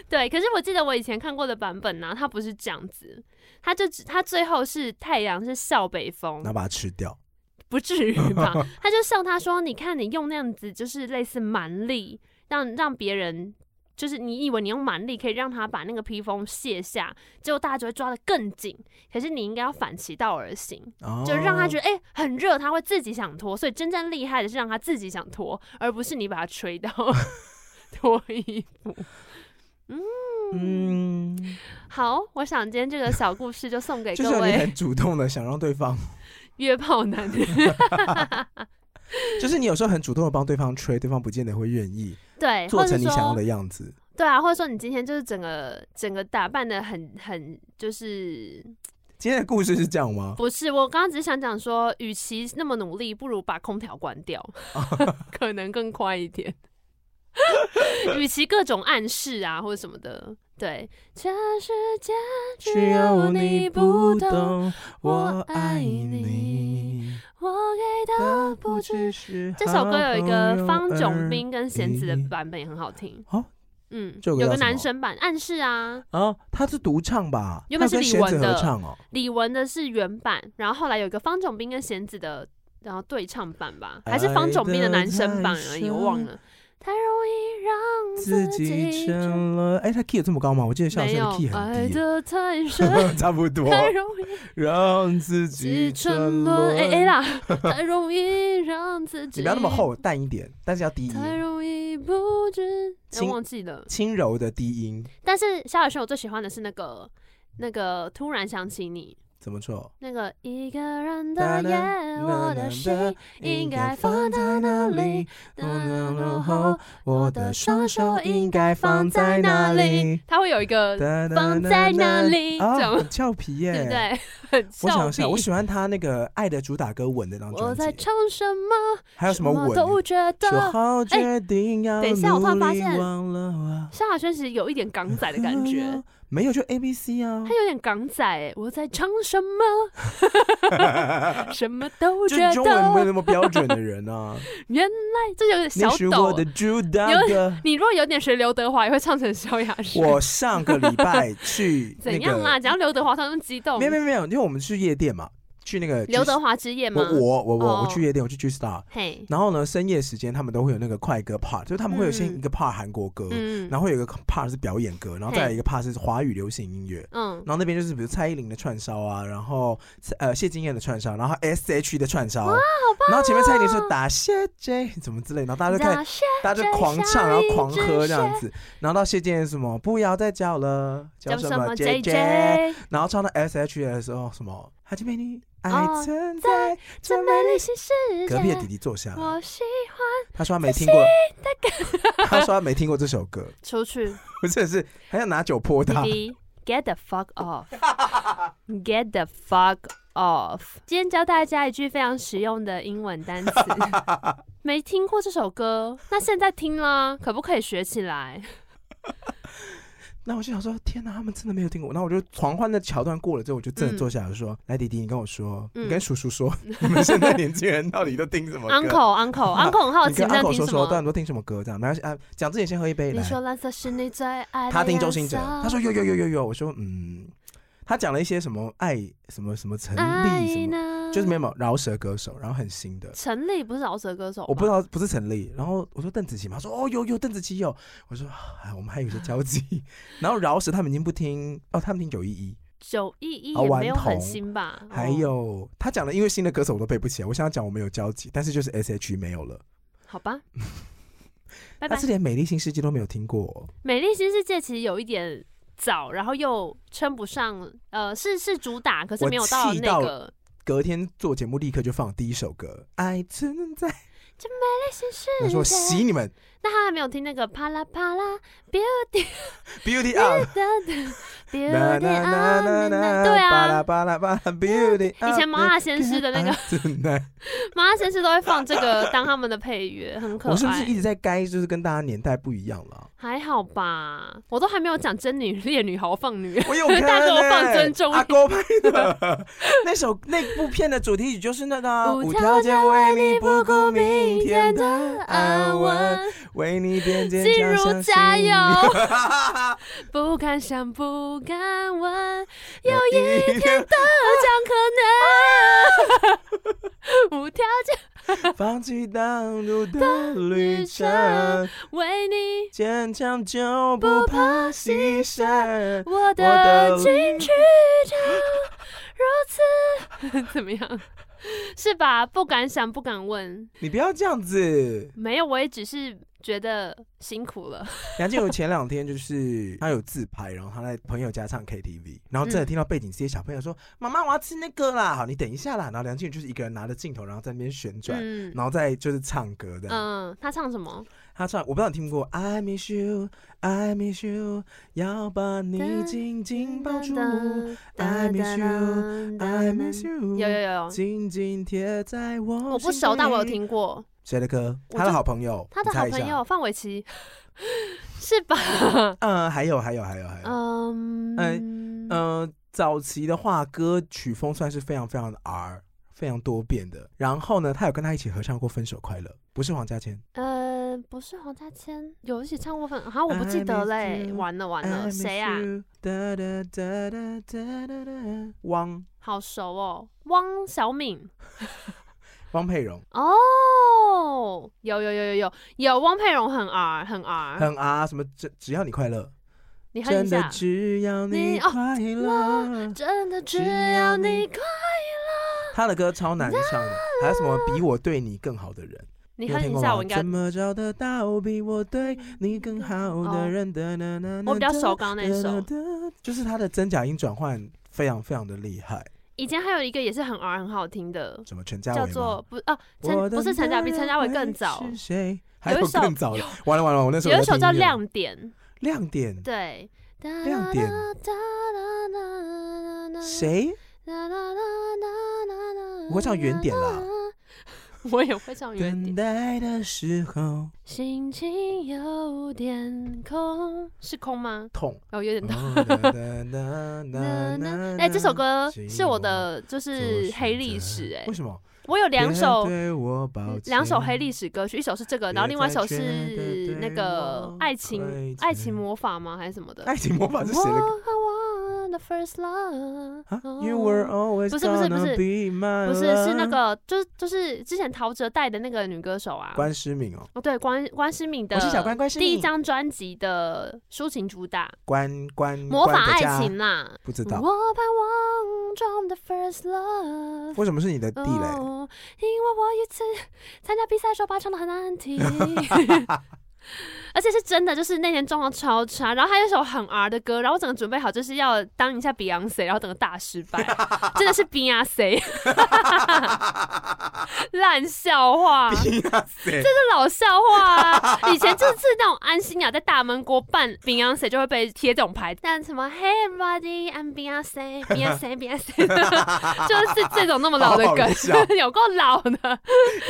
对，可是我记得我以前看过的版本呢、啊它不是这样子，它就只它最后是太阳是笑北风
然后，把它吃掉，
不至于 吧？他就笑他说：“你看你用那样子，就是类似蛮力，让让别人。”就是你以为你用蛮力可以让他把那个披风卸下，结果大家就会抓得更紧。可是你应该要反其道而行，
哦
就让他觉得哎、诶很热，他会自己想脱。所以真正厉害的是让他自己想脱，而不是你把他 吹到脱衣服。
嗯，
好，我想今天这个小故事就送给
就是
哎各
你
位
很主动的想让对方，
约炮男。
就是你有时候很主动的帮对方吹，对方不见得会愿意
对，
做
哎或者
成你想
说
要的样子。
对啊，或者说你今天就是整个整个打扮的很很就是
今天的故事是这样吗？
不是？我刚刚只是想讲说，与其那么努力，不如把空调关 掉，可能更快一点。与其各种暗示啊或者什么的，对，这世界 只有你不懂，，我爱你。我给的不止。
是
这首歌有一个方炯
斌
斌跟贤子的
已
版本也很好听。
哦
嗯，
这首
有
歌叫
个
什么
男生版暗示啊，
啊，他是独唱吧？
原本
他有
是
跟
李玟
弦子合
的
唱哦，
李玟的是原版，然后后来有一个方炯斌跟贤子的，然后对唱版吧，还是方炯斌的男生版而已，我忘了。太容易让
自己
己
成了。哎，他 key 有这么高吗？我记得小
没
时
有哎
候 key
爱
很低耶，
的太深，
差不多。
太容易
让自
自
己
沉
沉
沦。
沦。
哎哎， 啦，太容易让自己
你不要那么，厚，淡一点，但是要低音，
太容易不知，哎
轻
忘记了。
轻柔的低音。
但是萧亚轩我最喜欢的是那个那个突然想起你。
怎么做？
那个一个人的夜，我的心应该放在哪里？
哦我的双手应该放在哪里？
它会有一个，
放
在哪里这
啊，
样
很俏皮耶！
对不？ 对？很
我想
俏
一下，我
皮。
喜欢他那个《爱的主打歌《吻》的那
我
张
在
专辑，
唱什么？
还有什么
我
吻？
都觉
说
得。
好决定要
等一下我突然发现
努力忘了我
萧亚轩其实有一点港仔的感 觉，
没有就 A B C 啊
他，有点港仔哎。我在唱 什么？什么都
就
觉
中文没有
得。
那么标准的人啊。
原来这就是
你
小
是我
抖
的。主打
有
歌。
你如果有点学刘德华，也会唱成萧亚轩。
我上个礼拜去那
怎样啦？
个，
讲到刘德华，他们激动。
没有没有没有，因为我们去夜店嘛，去那个
刘德
华，
华之夜吗
我？我我我我
哦
去夜店，我去 G Star，
嘿，
然后呢，深夜时间他们都会有那个快歌 part，就是他们会有先
嗯
一个 part 韩国歌，
嗯
然后有一个 part 是表演歌，然后再来一个 part 是华语流行音乐。
嗯，
然后那边就是比如蔡依林的串烧啊，然后呃谢金燕的串烧，然后 S H E 的串烧，然后前面蔡依林
哦
说打谢 J 怎么之类，然后大家就开始
那是
大家就狂唱，然后狂喝这样子，然后到谢金燕什么不要再叫了，叫
叫
什
什么
么
J
J J，
J？
然后唱到 S H E 的时候什么还是美女爱
哦
存在这
这
美
美丽
丽。
新世界。
隔壁的弟弟坐下来，
我是
他说他没听过，他说他没听过这首歌，
出去，
我真的是很想拿酒泼
弟
他。
弟，get the fuck off，get the fuck off。今天教大家一句非常实用的英文 单词。没听过这首歌，那现在听啦，可不可以学起来？
那我就想说，天哪，他们真的没有听过。那我就狂欢的桥段过了之后，我就真的坐下来说：“来，弟弟，你跟我说，
嗯
你跟叔叔 说，你们现在年轻人到底都听什么歌
uncle uncle uncle 很好
你
奇
跟
在
uncle
听
说
什
说，到
么？
底都听什么歌？这样没关系啊。讲之前先喝一杯
你
来。
说蓝色是你最爱的
他听周兴哲，
颜色
他说有有有有有。我说嗯，他讲了一些什么爱什么什么陈
爱
立什么，
呢？
就是没有饶舌歌手，然后很新的。
陈立不是饶舌歌手吧，
我不知道不是陈立，然后我说邓紫棋嘛，他说哦有有邓紫棋有，我说哎我们还有一些交集， 然后饶舌他们已经不听哦，他们听九一一，
九一一
啊
也没有
顽
很
童
新吧？哦
还有他讲的，因为新的歌手 我都背不起来。我想要讲我们有交集，但是就是 S H E 没有了。
好吧，拜
他
拜
是。连《美丽新世界》都没有听过，哦
美丽新世界其实有一点早，然后又称不上，呃，是是主打，可是
我
没有到
气
那
到
个。
隔天做节目立刻就放第一首歌《爱存在》，
那些是
他说洗你 们
那他还没有听那个啪啦啪啦
Beauty Up，
哒哒
啦啦
beauty
啦啦
啊啦啦，
啦，
对
巴拉
啊，
巴拉巴拉 Beauty Up，
以前麻辣鲜师的那个
啊真的，
麻辣先生都会放这个当他们的配乐，很 可
我是不是一
爱。
直在该就是跟大家年代不一样了？啊
还好吧，我都还没有讲真女烈女豪放女，
我有看、欸，
大家给我放尊重
阿哥拍的那首那部片的主题曲就是那个啊
无
无
条
条
件
件为你不顾明天的
安
安稳，
稳
为你点坚
进
强
入
相
加
信
油，
你。
不敢想不敢问，有
有一天
这样可能无条件
放弃当初的旅程，
为你，
坚强就不怕牺牲。
我
我的
的情绪就如此 怎么样？是吧？不敢想，不敢问，
你不要这样子。
没有，我也只是觉得辛苦了。
梁静茹前两天就是她有自拍，然后她在朋友家唱 KTV，然后真
嗯
的听到背景是一些小朋友说：“妈妈、我要吃那个啦！”好，你等一下啦。然后梁静茹就是一个人拿着镜头，然后在那边旋转，
嗯
然后再就是唱歌的。
嗯，他唱什么？
她唱，我不知道你听过《I Miss You》，I Miss You，要把你紧紧抱住，I miss，I Miss You，
有有有，
紧紧贴在我心底。
我不熟，但我有听过
谁的歌？
我
她的
就
好朋友，
他的
你
好
猜一下
朋友。范玮琪，是 吧？
嗯，还有还有还有还有。
嗯嗯
嗯，早期的话，歌曲风算是非常非常的 R，非常多变的。然后呢，他有跟他一起合唱过《分手快乐》，不是黄家千，
呃，不是黄家千有一起唱过分，好、像我不记
哎
得
I
嘞，
miss you,
完了完了，谁啊？
哒哒哒哒哒哒哒，汪
好熟哦，汪小敏
汪佩蓉，
哦，有有有有有有，汪佩蓉很 R 很 R，
很 R，什么只只要你快乐，
啊你哼一
真的
下，
只要
你
你
哦
快乐。
真的只
只
要
要
你
你
快，
他的歌超难唱的，还有什么比我对你更好的人？
你
你有
哼
听
一
过
下，
吗
我应该
怎么找得到比我对你更好
哦
的人？哒哒哒
我比较
哒
熟刚刚那首。
就是他的真假音转换非常非常的厉害，
以前还有一个也是很 R 很好听的，
什么陈嘉
叫
伟
做
吗？
不啊，陈
我的
不是陈嘉，比陈嘉伟
爱
更早，
是谁？还
有一
有
首
更早的，完了完了，我那时候
有一首
在听音乐
叫《亮点
亮》，点，
对，
亮点谁？我会唱原点啦，
我也会唱原
等
点。
待的时候
心情有点空，是空吗？
痛。
哦，有点痛。
哦哒 哒哒哒哒
哎，这首歌
寂
是我
寞
的
做
就是黑
选
历
择
史哎
为，什么？
我有两首
别对我抱
嗯两首
歉
黑历史歌曲，一首是这个，然后
别
另外一
再
首
觉
是
得
那
对
个
我
爱情
亏
爱情
欠
魔法吗？还是什么的？哦
爱情魔法是谁的歌
Walk on the first love
啊？You were always
不是不是不
gonna
是
be my
不是是那
love
个就是就是之前陶喆带的那个女歌手啊，
关诗敏哦，
哦对关关诗敏的
我是小关关诗敏
第一张专辑的抒情主打
关关
《魔法
嗯关德
爱
加
情》哦啦。
不知
我盼
道
望中的 first love。
为什么是你的地 雷？
哦，因为我一次参加比赛的时候把它唱的很难听， 而且是真的，就是那天状况超差。然后还有一首很 R 的歌，然后我整个准备好就是要当一下 Beyonce，然后整个大失 败，真的是 Beyonce，烂笑话。
这
这老笑话啊！以前就是那种安心雅啊在大闷锅扮 Beyonce 就会被贴这种牌，但什么 Hey everybody I'm Beyonce Beyonce Beyonce，就是 这种那么老的
好
梗
好笑，
有够老的。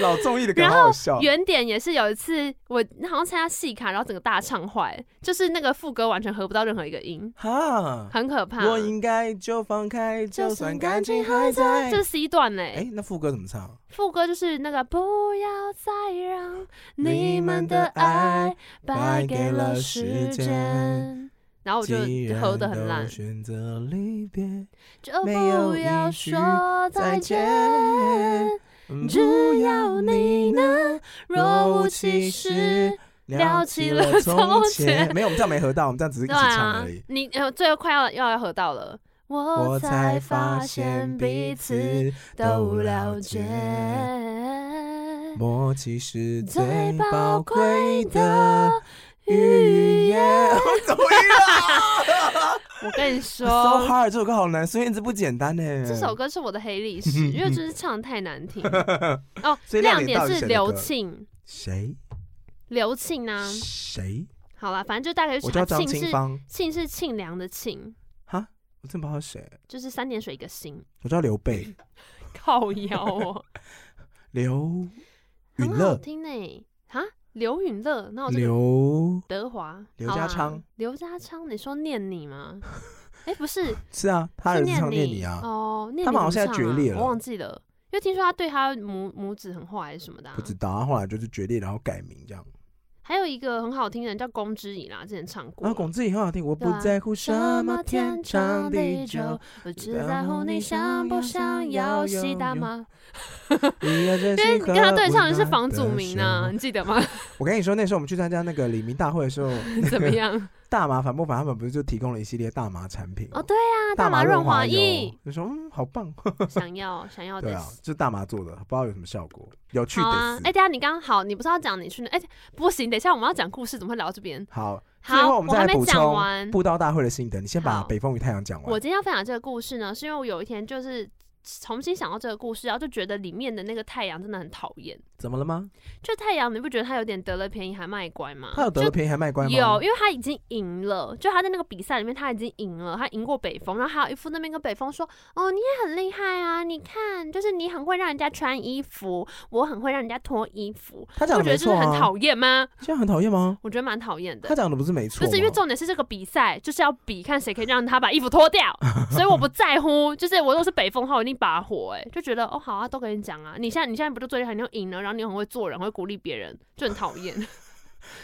老综艺的梗好好笑，
原点也是有一次我好像参加戏卡，然后整个大唱坏，就是那个副歌完全合不到任何一个音，
哈，
很可怕。
我应该就放开，就算感情还在
这。是 C 段嘞、
哎，那副歌怎么唱？
副歌就是那个不要再让你们的爱败给了时间，然哦后我就
既然
喝的很烂
都，选择离别，
就哦不要说再见，
不
只要你
嗯
能若无其事。
聊起了从前。 没有，我们这样没合到，我们这样只是一起
对
唱
啊
而已。，
你呃最后快要要要喝到了，啊我
我
才
才发
发现
现
彼
彼
此
此
都
都
了
了
解
解。默契是最
最
宝
宝
贵
贵
的
的
语
语
言
言。
我走音 了。
我跟你
啊 so
说，
hard，这首歌好难，孙燕姿不简单呢。
这首歌是我的黑 历史，因为就是唱得太难听。哦，
所以亮点
亮点
到底
是
谁的
刘
歌
庆，
谁
刘庆啊，
谁？
好啦，反正就大概
我
就
叫
查
张
庆
清
是啊
芳
庆是庆良的庆，
哈，我真不知道是谁，
就是三点水一个心，
我叫刘备，
靠腰哦，
刘 允
很好
乐，
听呢。啊，刘允乐，那我这个
刘
德华、
刘
好
家
啦
昌、
刘家昌，你说念你吗？哎、不是，
是啊， 他儿
是
子
念
唱念
你
你啊，
哦，念
他
你
们好像现在
怎么唱
决裂
啊
了
我忘记了，因为听说他对他母母子很坏什么的、啊
不。知道，他后来就是决裂，然后改名这样。
还有一个很好听的人叫龚之怡啦，之前唱过
然
了。
后龚自己很好听，我
对
不
啊
在乎哦什么天长地久
久，，我只在乎你想不想要吸大麻。
因为
因为 你跟他对唱的是房祖名啊，。你记得 吗？
我跟你说，那时候我们去参加那个李明大会的时候，
怎么样？
大麻反不反，他们不是就提供了一系列大麻产品
哦，对啊，
大
麻
润
润滑
油
液，，
就说嗯，好棒，
想要想要
对
的
啊。，就大麻做的，不知道有什么效果，有趣
好啊
的，
哎，等一下你刚刚好，你不是要讲你去那？哎，不行，等一下我们要讲故事，怎么会聊到这边？
好，最
好，
后我
我
们再
还
来
没
补
讲
充
完。
布道大会的心得，你先把
好
《北风与太阳》讲
我
完。
今天要分享这个故事呢，是因为我有一天就是重新想到这个故事，然后就觉得里面的那个太阳真的很讨厌。
怎么了吗？
就太阳，你不觉得他有点得了便宜还卖乖吗？
他有得了
啊就
便宜还卖乖吗？
有，因为他已经赢了，就他在那个比赛里面他已经赢了，他赢过北风，然后还有一副那边跟北风说：“哦，你也很厉害啊，你看，就是你很会让人家穿衣服，我很会让人家脱衣服。”
他
不
讲的
觉得
没
就是
错啊，
很讨厌吗？
这样很讨厌吗？
我觉得蛮讨厌的
他。讲的不是没错吗，
不是因为重点是这个比赛就是要比看谁可以让他把衣 服脱掉，所以我不在乎。就是我如果是北风的话，我一定把火、欸，就觉得哦好啊，都跟你讲啊，你现在你现在不就最厉害，你又赢了，然后你又很会做人，会鼓励别人，就很讨厌。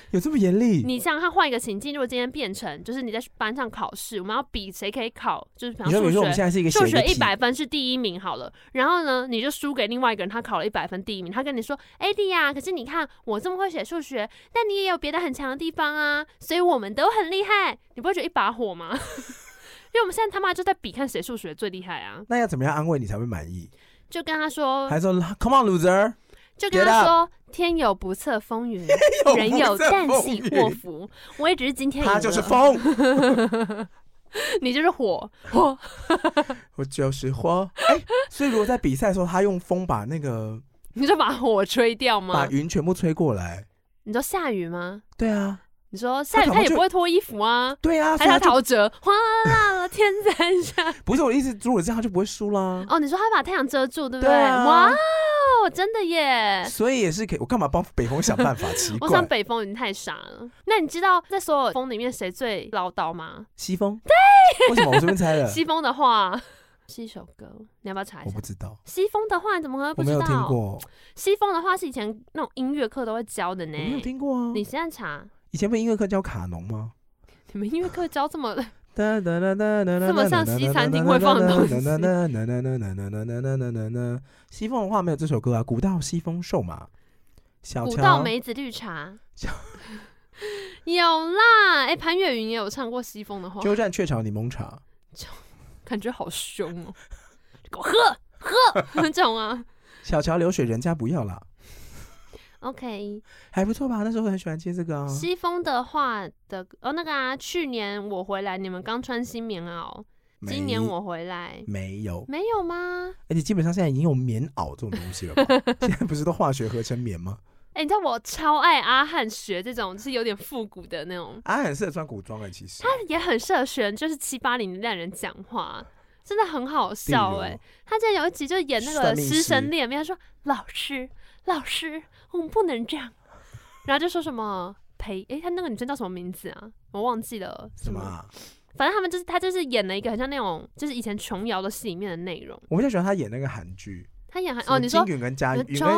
有这么严厉？
你想想看，换一个情境，如果今天变成就是你在班上考试，我们要比谁可以考，就是比方
你说，比
数
如说我们
学。
现在是一个
数
写
学
一
一百分是第一名好了，然后呢，你就输给另外一个人，他考了一百分第一名，他跟你说：“艾迪呀，可是你看我这么会写数学，但你也有别的很强的地方啊，所以我们都很厉害。”你不会觉得一把火吗？ 因为我们现在他妈就在比看谁数学最厉害啊！
那要怎么样安慰你才会满意？
就跟他说，
还说 Come on loser，
就跟
Get
他说：“天有不测风云，人有旦夕祸福。”我也只是今天赢
他就是
了
风，
你就是火火，
我就是火。哎、所以如果在比赛的时候，他用风把那个
你就把火吹掉
把
吗？
云全部吹过来，
你说下雨吗？
对啊，
你说下
他
雨
搞不好
他也
就
不会脱衣服啊，
对啊，
还
所以
是
他
他
就
陶喆哗啦啦天在下。
不是我的意思，如果这样他就不会输啦。
哦，你说他把太阳遮住，对不
对啊
哇哦，真的耶！
所以也是可以，我干嘛帮北风想办法？奇
我想
怪，
北风你太傻了。那你知道在所有风里面谁最唠叨吗？
西风对，为什么我随便猜的？
西风的话是一首歌，你要不要查一
我
下
不？知道，
西风的话，你怎么可能
我
不
没
知
有听
道？
过，
西风的话是以前那种音乐课都会教的
我没有
呢。
听过啊。
你现在查，
以前不是音乐课教卡农吗？
你们音乐课教这么
哒哒哒哒哒哒，
这么像西餐厅会放的东西
西风的话没有这首歌啊，古道西风瘦马，小
古道
桥
梅子绿茶
小。
有啦，哎、潘越云也有唱过西风的话，
鸠占鹊巢柠檬茶，
感觉好凶 哦、给我喝喝这种啊。
小桥流水人家不要啦，
OK，、
还不错吧？那时候很喜欢接这个啊。
西风的话的哦，那个啊，去年我回来，你们刚穿新棉袄，
没
今年我回来，
没有，
没有吗？
而且基本上现在已经有棉袄这种东西了吧？现在不是都化学合成棉吗？
哎、你知道我超爱阿汉学这种，就是有点复古的那种，
啊，很适合穿古装哎，其实。
也很适合学，就是七八零年代人讲话，真的很好
例如
笑哎、他之前有一集就演那
哦算
个
命
师
师
生恋，他说老师老师，我们不能这样，然后就说什么裴，诶、他那个女生叫什么名字啊？我忘记了
什么啊？
反正他们就是他就是演了一个很像那种就是以前琼瑶的戏里面的内容，
我比较喜欢他演那个韩剧
他演还
什
哦
么
你说
金允啊跟嘉
呃
允跟嘉
中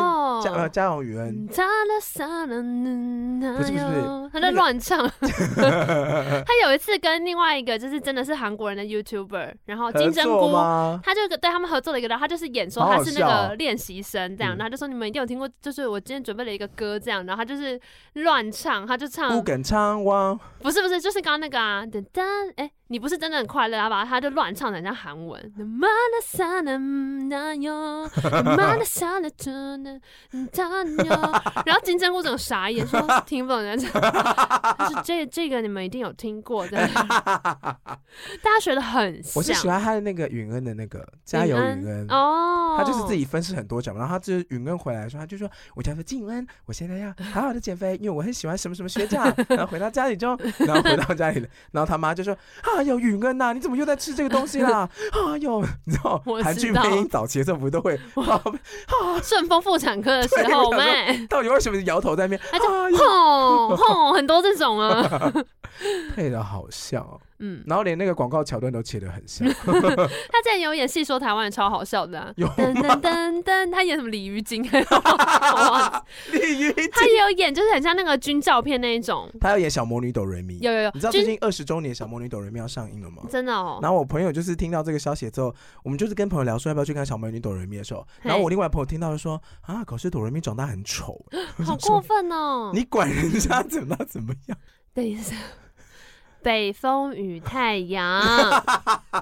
嗯
呃嘉荣允恩，
嗯哒啦撒啦嗯
不是不是
那哟他在 乱唱。 他有一次跟另外一个就是真的是韩国人的 YouTuber，然后哦金针菇，
吗？
他就对他们合作了一个，然后他就是演说
好好
他是那
笑哦
个练习生这样，
嗯
然后他就说你们一定有听过，就是我今天准备了一个歌这样，然后他就是乱唱，他就
不
唱
敢唱望，
不是不是，就是刚刚那个啊，噔噔，哎、你不是真的很快乐，然后把他就乱唱的像韩文，然后金针菇整个傻眼，说听不懂人家讲，但是这这个你们一定有听过的，大家学的很像，
我是喜欢他的那个允恩的那个加油允恩。
哦，
他就是自己分饰很多角嘛，然后他就是允恩回来的时候，他就说：“我叫做静恩，我现在要好好的减肥，因为我很喜欢什么什么学 长。”然后回到家里之后，然后回到家里了，然后他妈就说：“啊哟，允恩呐、你怎么又在吃这个东西 啦？啊哟，你知道
我知道
韩剧配音早期的时候不都会，啊
顺丰妇产科的时
对
候，
我想说
妹，
到底为什么摇头在那边？
他就
啊哟，
吼吼，很多这种啊，
配的好像、哦，
嗯。
然后连那个广告桥段都切的很 像。
他之前有演戏说台湾也超好笑的、啊，
有
噔噔噔噔，他演什么鲤鱼 精？他
鲤鱼精，
也有演，就是很像那个军照片那一种，
他要演小魔女斗瑞咪，
有有有
你知道最
军
近二十周年《小魔女斗瑞咪》要上映了吗？
真的哦，
然后我朋友就是听到这个消息之后，我们就是跟朋友聊说要不要去看《小魔女斗瑞咪》的时候，然后我另外朋友听到就说啊，可是斗瑞咪长大很丑，
好过分哦！
你管人家怎么怎么样？
等一下， 北风与太阳。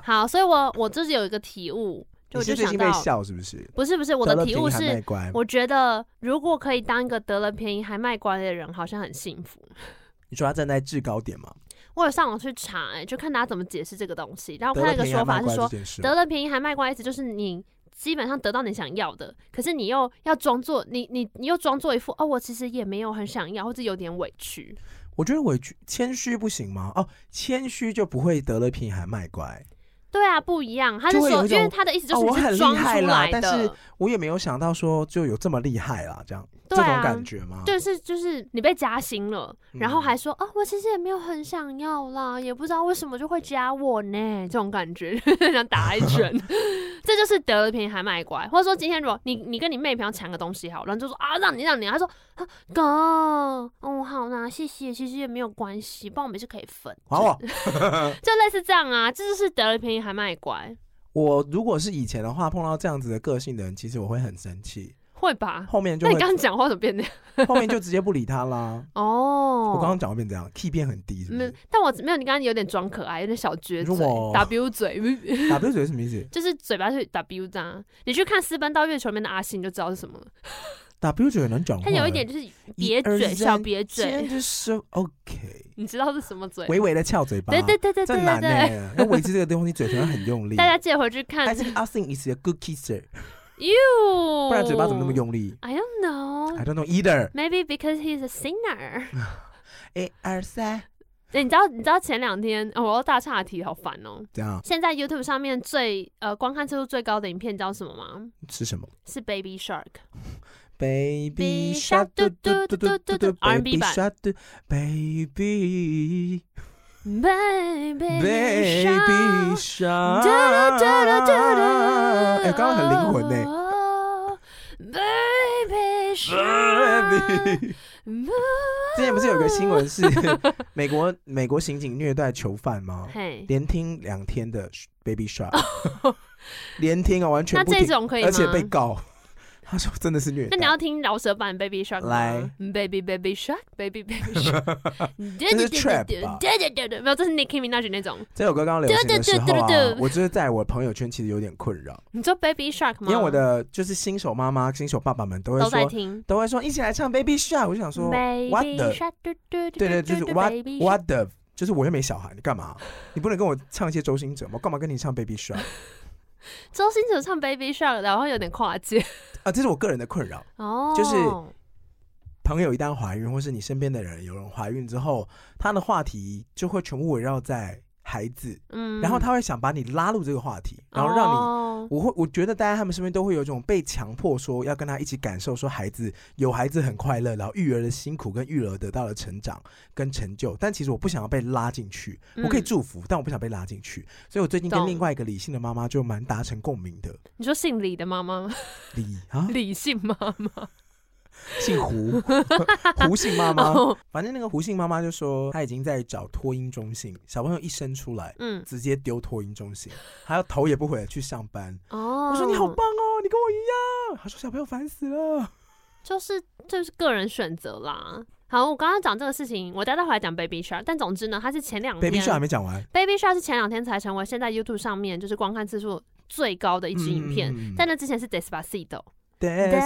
好，所以我我自己有一个体悟，
你
就我就是
最
想
近
到
被，笑是不是？
不是不是，我
得
的
了哎
体
便宜
悟
还卖
是，
乖，
我觉得如果可以当一个得了便宜还卖乖的人，好像很幸福。
你说他站在制高点嘛？
我有上网去查、哎，就看大家怎么解释这个东西，然后我
得
看到
了便
一个
宜
说
还
法
卖
是
乖
说
这。件事吗，
得了便宜还卖乖，意思就是你基本上得到你想要的，可是你又要装作你你你又装作一副哦，我其实也没有很想要，或者有点委屈。
我觉得委屈谦虚不行吗？哦，谦虚就不会得了便宜还卖乖。
对啊，不一样。他是
就会有
说，
一
因为
种
他的意思就
哦
是
我
你
很
是
厉
装出
害啦
来的，
但是我也没有想到说就有这么厉害啦，这样、这
对啊
种感觉吗？
就是就是你被加薪了，
嗯
然后还说啊、我其实也没有很想要啦，也不知道为什么就会加我呢，这种感觉 想打一 拳。这就是得了便宜还卖乖，或者说今天如果你你跟你妹平常抢个东西好了，然后就说啊让你让你，他说啊哥，哦好啦，谢谢，其实也没有关系，不然我们是可以分，
还我！
就类似这样啊，这就是得了便宜还卖乖，
我如果是以前的话，碰到这样子的个性的人，其实我会很生气，
会吧？
后面就
嗯那 你
会
刚刚讲话怎么变那样？
后面就直接不理他啦。
哦，
我刚刚讲话变这样，key 变很低，是不
没有
是？，
但我没有你刚刚有点装可爱，有点小撅
如
嘴
果
，W 嘴。
打不嘴是什么意 思？
就是嘴巴是 W 这样，你去看《私奔到月球》里面的阿信你就知道是什么了。
打不嘴能讲话
他
欸，
有一点就是瘪
一二
嘴，
三
小瘪嘴
尖，就是哦 OK，
你知道是什么嘴？
微微的翘嘴巴，
对对对对
这
对
很难
对对，
呢， 要维持这个东西，嘴唇很用力。
大家记得回去看哦
还。是阿信 is a good kisser，
哟，
不然嘴巴怎么那么用哎力
？I don't know.
？I don't know either。
Maybe because he's a singer.
一二三，
哎，你知道你知道前两天、哦、我要大岔题，好烦哦。
这样
现在 YouTube 上面最呃观看次数最高的影片叫什么吗？
是什么
是 Baby Shark。
？Baby shark，
shark，
嘟嘟嘟嘟嘟嘟
R&B
，Baby
版
shark，嘟 Baby
Baby
Baby
Shark。
shark，
哒哒哒哒哒哒
哎，刚刚很灵魂呢。
呢。Baby Shark，
Baby 之前不是有个新闻是 美国美国刑警虐待囚犯吗？
嘿，
连听两天的 Baby Shark，连听啊，完全
那
不听
这，种可以吗？
而且被告，他说真的是虐
那你
待。
要听饶舌版 Baby Shark 吗
来
，Baby Baby Shark，Baby Baby Shark，
这是 trap 吧
对对对对，没有，这是 Nicki Minaj 那种。
这首歌刚刚流行的时候
对对对对
啊
对，
我就是在我朋友圈其实有点困扰，
你说 Baby Shark
因
吗？
为我的就是新手妈妈、新手爸爸们都会
都在
说，
听。
都会说一起来唱 Baby Shark，我就想说 What
Baby
the
Shark，嘟嘟嘟
对对，就是
嘟嘟
what
Baby Shark
what the，就是我又没小孩，你干嘛？你不能跟我唱一些周星哲吗？我干嘛跟你唱 Baby Shark
周星驰唱 Baby Shark，然后有点跨界
啊？这是我个人的困扰。
哦，
就是朋友一旦怀孕，或是你身边的人有人怀孕之后，他的话题就会全部围绕在孩子，
嗯，
然后他会想把你拉入这个话题，然后让你。
你
我会，我觉得大家他们身边都会有一种被强迫说要跟他一起感受，说孩子有孩子很快乐，然后育儿的辛苦跟育儿得到的成长跟成就。但其实我不想要被拉进去，我可以
嗯
祝福，但我不想被拉进去。所以我最近跟
懂
另外一个理性的妈妈就蛮达成共鸣的。
你说姓李的妈妈吗？
理啊，
理性妈妈，
姓胡， 胡姓妈妈。
哦，
反正那个胡姓妈妈就说，她已经在找托婴中心，小朋友一生出来
嗯，
直接丢托婴中心，还要头也不回的去上班。
哦，
我说你好棒哦，你跟我一样。她说小朋友烦死了。
就是就是个人选择啦。好，我刚刚讲这个事情，我待会儿来讲 Baby Shark，但总之呢，它是前两天
Baby Shark 还没讲完，
Baby Shark 是前两天才成为现在 YouTube 上面就是观看次数最高的一支影片，
嗯
在那之前是 Despacito。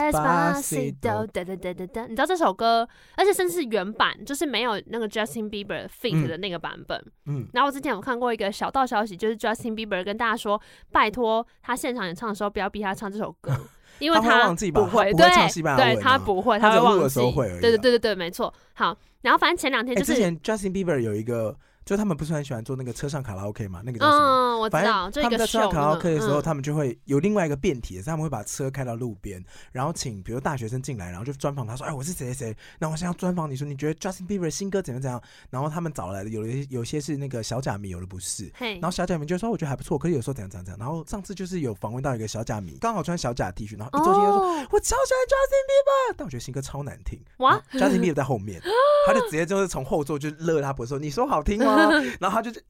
Despacito，
哒哒哒哒哒，你知道这首歌，而且甚至是原版，就是没有那个 Justin Bieber feat
嗯
的那个版本。
嗯，
然后我之前有看过一个小道消息，就是 Justin Bieber 跟大家说，拜托他现场演唱的时候不要逼他唱这首 歌，因为
他会忘记吧
不会，
他不会唱西
对，
班牙文
对
吗
他不会，
他只
会
有录
忘
的
记
时候会而已
对对
啊
对对对，没错。好，然后反正前两天
哎，
就是，
之前 Justin Bieber 有一个，就他们不是很喜欢做那个车上卡拉 OK 嘛，那个叫什么？
嗯，我知
反
道，
正
就
他们
一个
在车
秀
上卡拉 OK 的时候，
嗯
他们就会有另外一个辩题，是他们会把车开到路边，然后请比如大学生进来，然后就专访他说：“哎，我是谁谁谁，那我现在要专访你说，你觉得 Justin Bieber 的新歌怎样怎样？”然后他们找来的有的有些是那个小假迷，有的不是。
嘿
然，后小假迷就说：“我觉得还不错，可是有时候怎样怎样怎样。”然后上次就是有访问到一个小假迷，刚好穿小假 T 恤，然后一周进来就说：“
哦，
我超喜欢 Justin Bieber，但我觉得新歌超难听。
哇
然后，Justin Bieber 在后 面，他就直接就是从后座就勒他脖子说：“你说好听 吗？”然后他就是。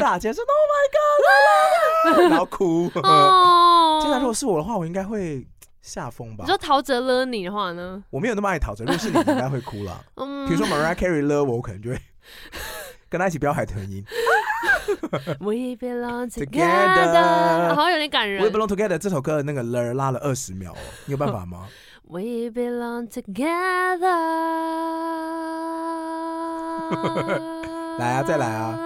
大姐说 “Oh my God，I love you！” 然后哭。经
哦，
常如果是我的话，我应该会下风吧
你。说陶喆勒你的话呢？
我没有那么爱陶喆，如果是你，你应该会哭 啦。
嗯
比如说 Mariah Carey 勒我，我可能就会跟他一起飙海豚音。
，We belong
Together
together，好像有点感人
We。Belong Together 这首歌的那个勒拉了二十秒哦，你有办法吗？。
We belong together
来啊再来啊！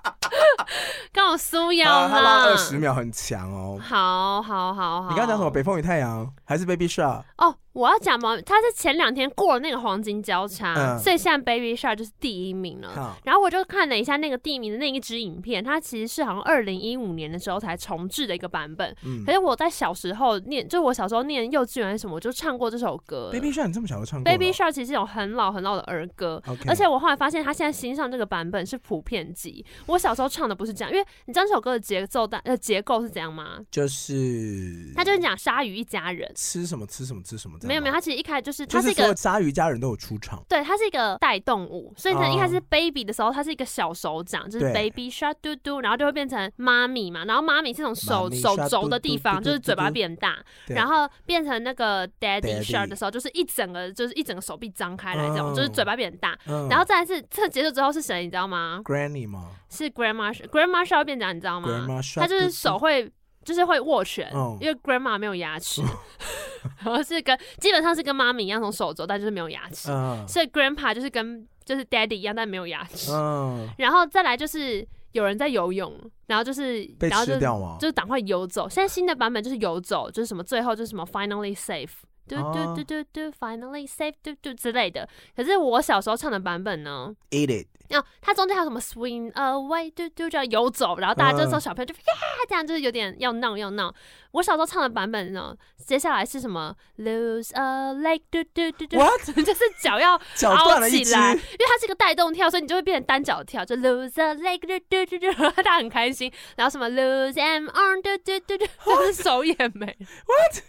刚好苏
啊
阳
他拉
啦，
二十。秒很强哦。
好好好好。
你刚刚讲什么？北风与太阳还是 Baby Shark？
哦，我要讲嘛，他是前两天过了那个黄金交叉，
嗯
所以现在 Baby Shark 就是第一名了。
好，
然后我就看了一下那个地名的那一支影片，它其实是好像二零一五年的时候才重置的一个版本。
嗯
可是我在小时候念，就我小时候念幼稚园还是什么，我就唱过这首歌。
，Baby Shark 你这么小就唱过了
Baby Shark 其实有很老很老的儿歌。
OK，
而且我后来发现，他现在新上这个版本是普遍级。我小时候唱的不是这样，因为你知道这首歌的节奏大呃结构是怎样吗？
就是
它就是讲鲨鱼一家人，
吃什么吃什么吃什么这样吗，
没有没有，它其实一开始就是它
就是是
一
所
个
有鲨鱼家人都有出场，
对，它是一个带动物，所以呢，
哦
一开始 baby 的时候，它是一个小手掌，就是
对
baby shark 嘟嘟，然后就会变成妈咪嘛，然后妈咪是从手
Mommy
手
shark
肘的
嘟嘟
地方，
嘟嘟
就是嘴巴
嘟嘟
变大，
对
然后变成那个 daddy
Daddy
shark 的时候，就是一整个就是一整个手臂张开来这种，就是
嗯
嘴巴变大。
嗯
然后再来是这结束之后是谁，你知道吗？
Granny 嘛
是 grandma shark- grandma shark 变长，你知道吗？
，Grandma Shark，
它嗯就是手会就是会握拳，
嗯
因为 grandma 没有牙齿，
哦
然后是跟基本上是跟妈咪一样从手肘，但就是没有牙齿
嘟嘟，。嗯
所以 grandpa 就是跟就是 daddy 一样，但没有牙齿。
嗯，
然后再来就是有人在游泳，然后就是
被
然后就
吃掉吗
就？是赶快游走。现在新的版本就是游走，就是什么最后就是什么 finally safe。嘟嘟
哦
嘟嘟嘟，finally safe，嘟嘟之类的。可是我小时候唱的版本呢，
，Eat it，
啊，它中间还有什么 swing away，嘟嘟就要游走，然后大家就
嗯
说小朋友就呀，这样就是有点要闹要闹。我小时候唱的版本呢，接下来是什么 lose a leg，嘟嘟嘟嘟
What？
就是脚要
脚断
凹
了一
起
只，
来，因为它是个带动跳，所以你就会变成单脚跳，就 lose a leg，嘟嘟 嘟嘟，大家很开心。然后什么 lose an arm，嘟嘟嘟嘟，就是手也没了。
What？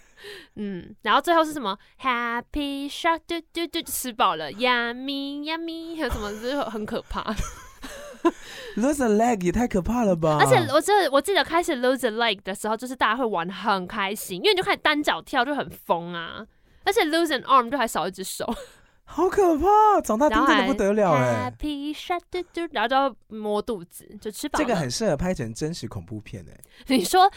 嗯，然后最后是什么？Happy shark，嘟嘟嘟，吃饱了，yummy yummy，还有什么就是很可怕。
啊，Lose a leg 也太可怕了吧？
而且我记得我记得开始 lose a leg 的时候，就是大家会玩得很开心，因为你就开始单脚跳就很疯啊。而且 lose an arm 就还少一只手，
好可怕，长大听
然后
真的
还
不得了哎。
Happy shut 嘟嘟，然后就要摸肚子，就吃饱了。
这个很适合拍成真实恐怖片哎、
你说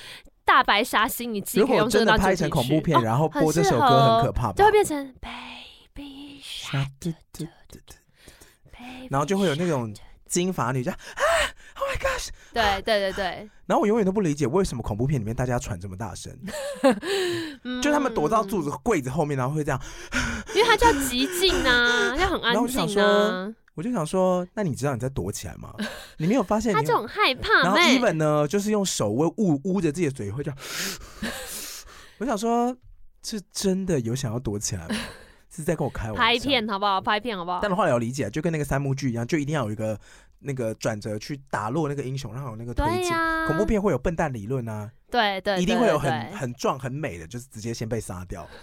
大白鲨新一季
如
可以
果
用这
真
个
的
当
拍
主
成
题
恐怖
曲
片，
哦
然后播这
很适
首歌
合
很可怕
就
吧
会？变成 Baby Shark，
啊嘟嘟嘟嘟
Baby
然后就会有那
Shark
种金发女就啊，Oh my gosh！
对对对对，
然后我永远都不理解为什么恐怖片里面大家喘这么大声，
嗯
就他们躲到柱子、柜子后面，然后会这样。
因为它叫极静啊，要
然后
很安
我就想
静啊，
我就想说，那你知道你在躲起来吗？你没有发 现你
它
很？
就很害
然
怕
后
妹。
even 哎呢，就是用手会捂捂着自己的嘴，会这样。 我想说，是真的有想要躲起来吗？是在跟我开玩笑？
拍片好不好？拍片好不好？
但后来有理解，就跟那个三幕剧一样，就一定要有一个那个转折去打落那个英雄，让他有那个推
对
进。
呀、
恐怖片会有笨蛋理论啊，
对对，
一定
对
会有
对
很很壮很美的，就是直接先被杀掉。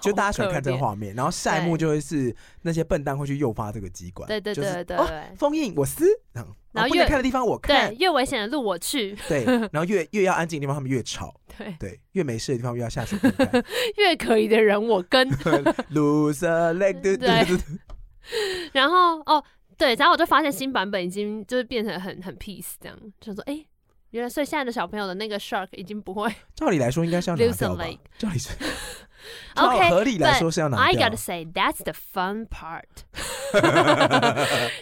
就大家喜欢看这个，
好可
画面，然后下一幕就会是那些笨蛋会去诱发这个机关，
怜对对
就是
对对
哦，
对。
封印我撕，然后哦
然后
不能
越
看的地方我看
对，，越危险的路我去，
对，然后越越要安静的地方他们越吵，
对，
对，越没事的地方越要下手看看
越可疑的人我跟。
，loser like 对对对，
然后哦，对，然后我就发现新版本已经就是变成很很 peace 这样，就说哎、诶原来所以现在的小朋友的那个 shark 已经不会。
照理来说应该是要拿掉
Loser
吧
like，
照 理说
OK，
照合理来说是要拿
I
掉
gotta，say that's the fun part 。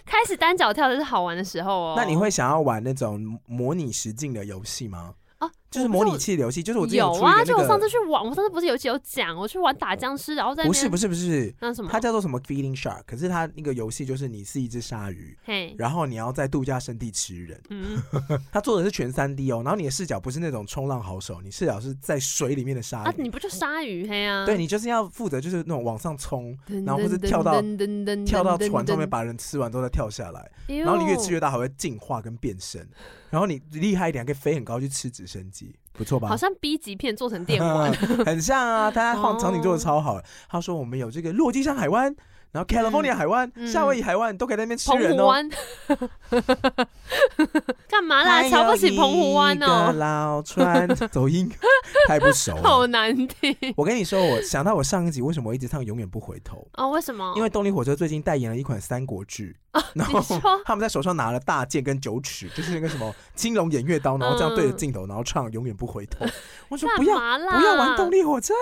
开始单脚跳的是好玩的时候哦。
那你会想要玩那种模拟实境的游戏吗？
哦，
就是
我不
模
知道
拟器的游戏，就是我之前
有
出一
啊，
个
就
那
我
个
上次去玩，我上次不是有一集有讲，我去玩打僵尸，然后在那
不是
边
不是不是，
那什么，
它叫做什么 Feeding Shark，可是它那个游戏就是你是一只鲨鱼，
嘿，
然后你要在度假胜地吃人。
嗯，
它做的是全三 D 哦，然后你的视角不是那种冲浪好手，你视角是在水里面的鲨
啊，
鱼。
你不就鲨鱼嘿啊？
对你就是要负责就是那种往上冲，
噔，
然后或是
噔
跳到
噔噔 噔
跳到船上面
噔，
把人吃完之后再跳下来，
噔
然后你越吃
哎呦
越大还会进化跟变身，然后你厉害一点还可以飞很高去吃直升机，不错吧
好？像 B 级片做 成电玩，哦
很像啊，大家放场景做的超好。他说我们有这个落基山海湾，然后 California
嗯
海湾、
嗯
夏威夷海湾都可以在那边吃
澎
人
湖
哦。
湾，干嘛啦？瞧不起澎湖湾
还有一
哦
个，老船，走 音太不熟
好
了。
难听
我跟你说，我想到我上一集为什么我一直唱《永远不回头》，
哦。为什么？
因为动力火车最近代言了一款三国志，然
哦你
后
说
他们在手上拿了大剑跟九尺，就是那个什么青龙偃月刀，然后这样对着镜头，然后唱《永远不回头》。我说不
干
要
嘛啦？
不要玩动力火车，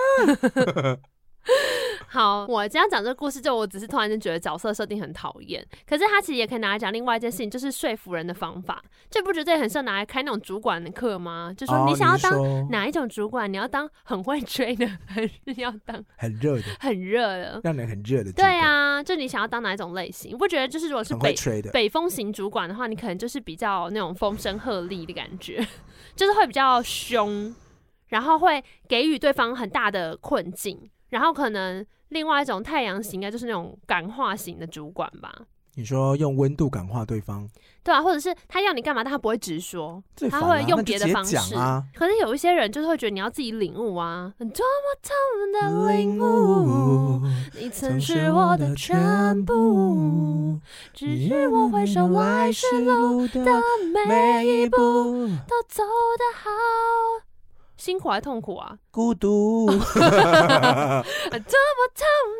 好，我今天讲这个故事，就我只是突然间觉得角色设定很讨厌，可是它其实也可以拿来讲另外一件事情，就是说服人的方法。这不觉得也很适合拿来开那种主管的课吗？就说
哦
你想要
是
当
说
哪一种主管，你要当很会追的，还是要当
很热的，
很热 的？
让人很热的。
对，啊，就你想要当哪一种类型？你不觉得就是如果是
很会
北
吹的。
北风型主管的话，你可能就是比较那种风声鹤唳的感觉， 就是会比较凶，然后会给予对方很大的困境。然后可能另外一种太阳型，应该就是那种感化型的主管吧，
你说用温度感化对方，
对啊，或者是他要你干嘛，但他不会直说，
最
他
烦啊
会
那
用
就
别
直
的
接
方
讲
式。
啊。
可是有一些人就是会觉得你要自己领悟啊，你多么痛的领悟，，你曾是我的全部，，只是我回首来时路的
的
每一步。
步，
都走得好。辛苦还痛苦啊？
孤 独。
这么痛的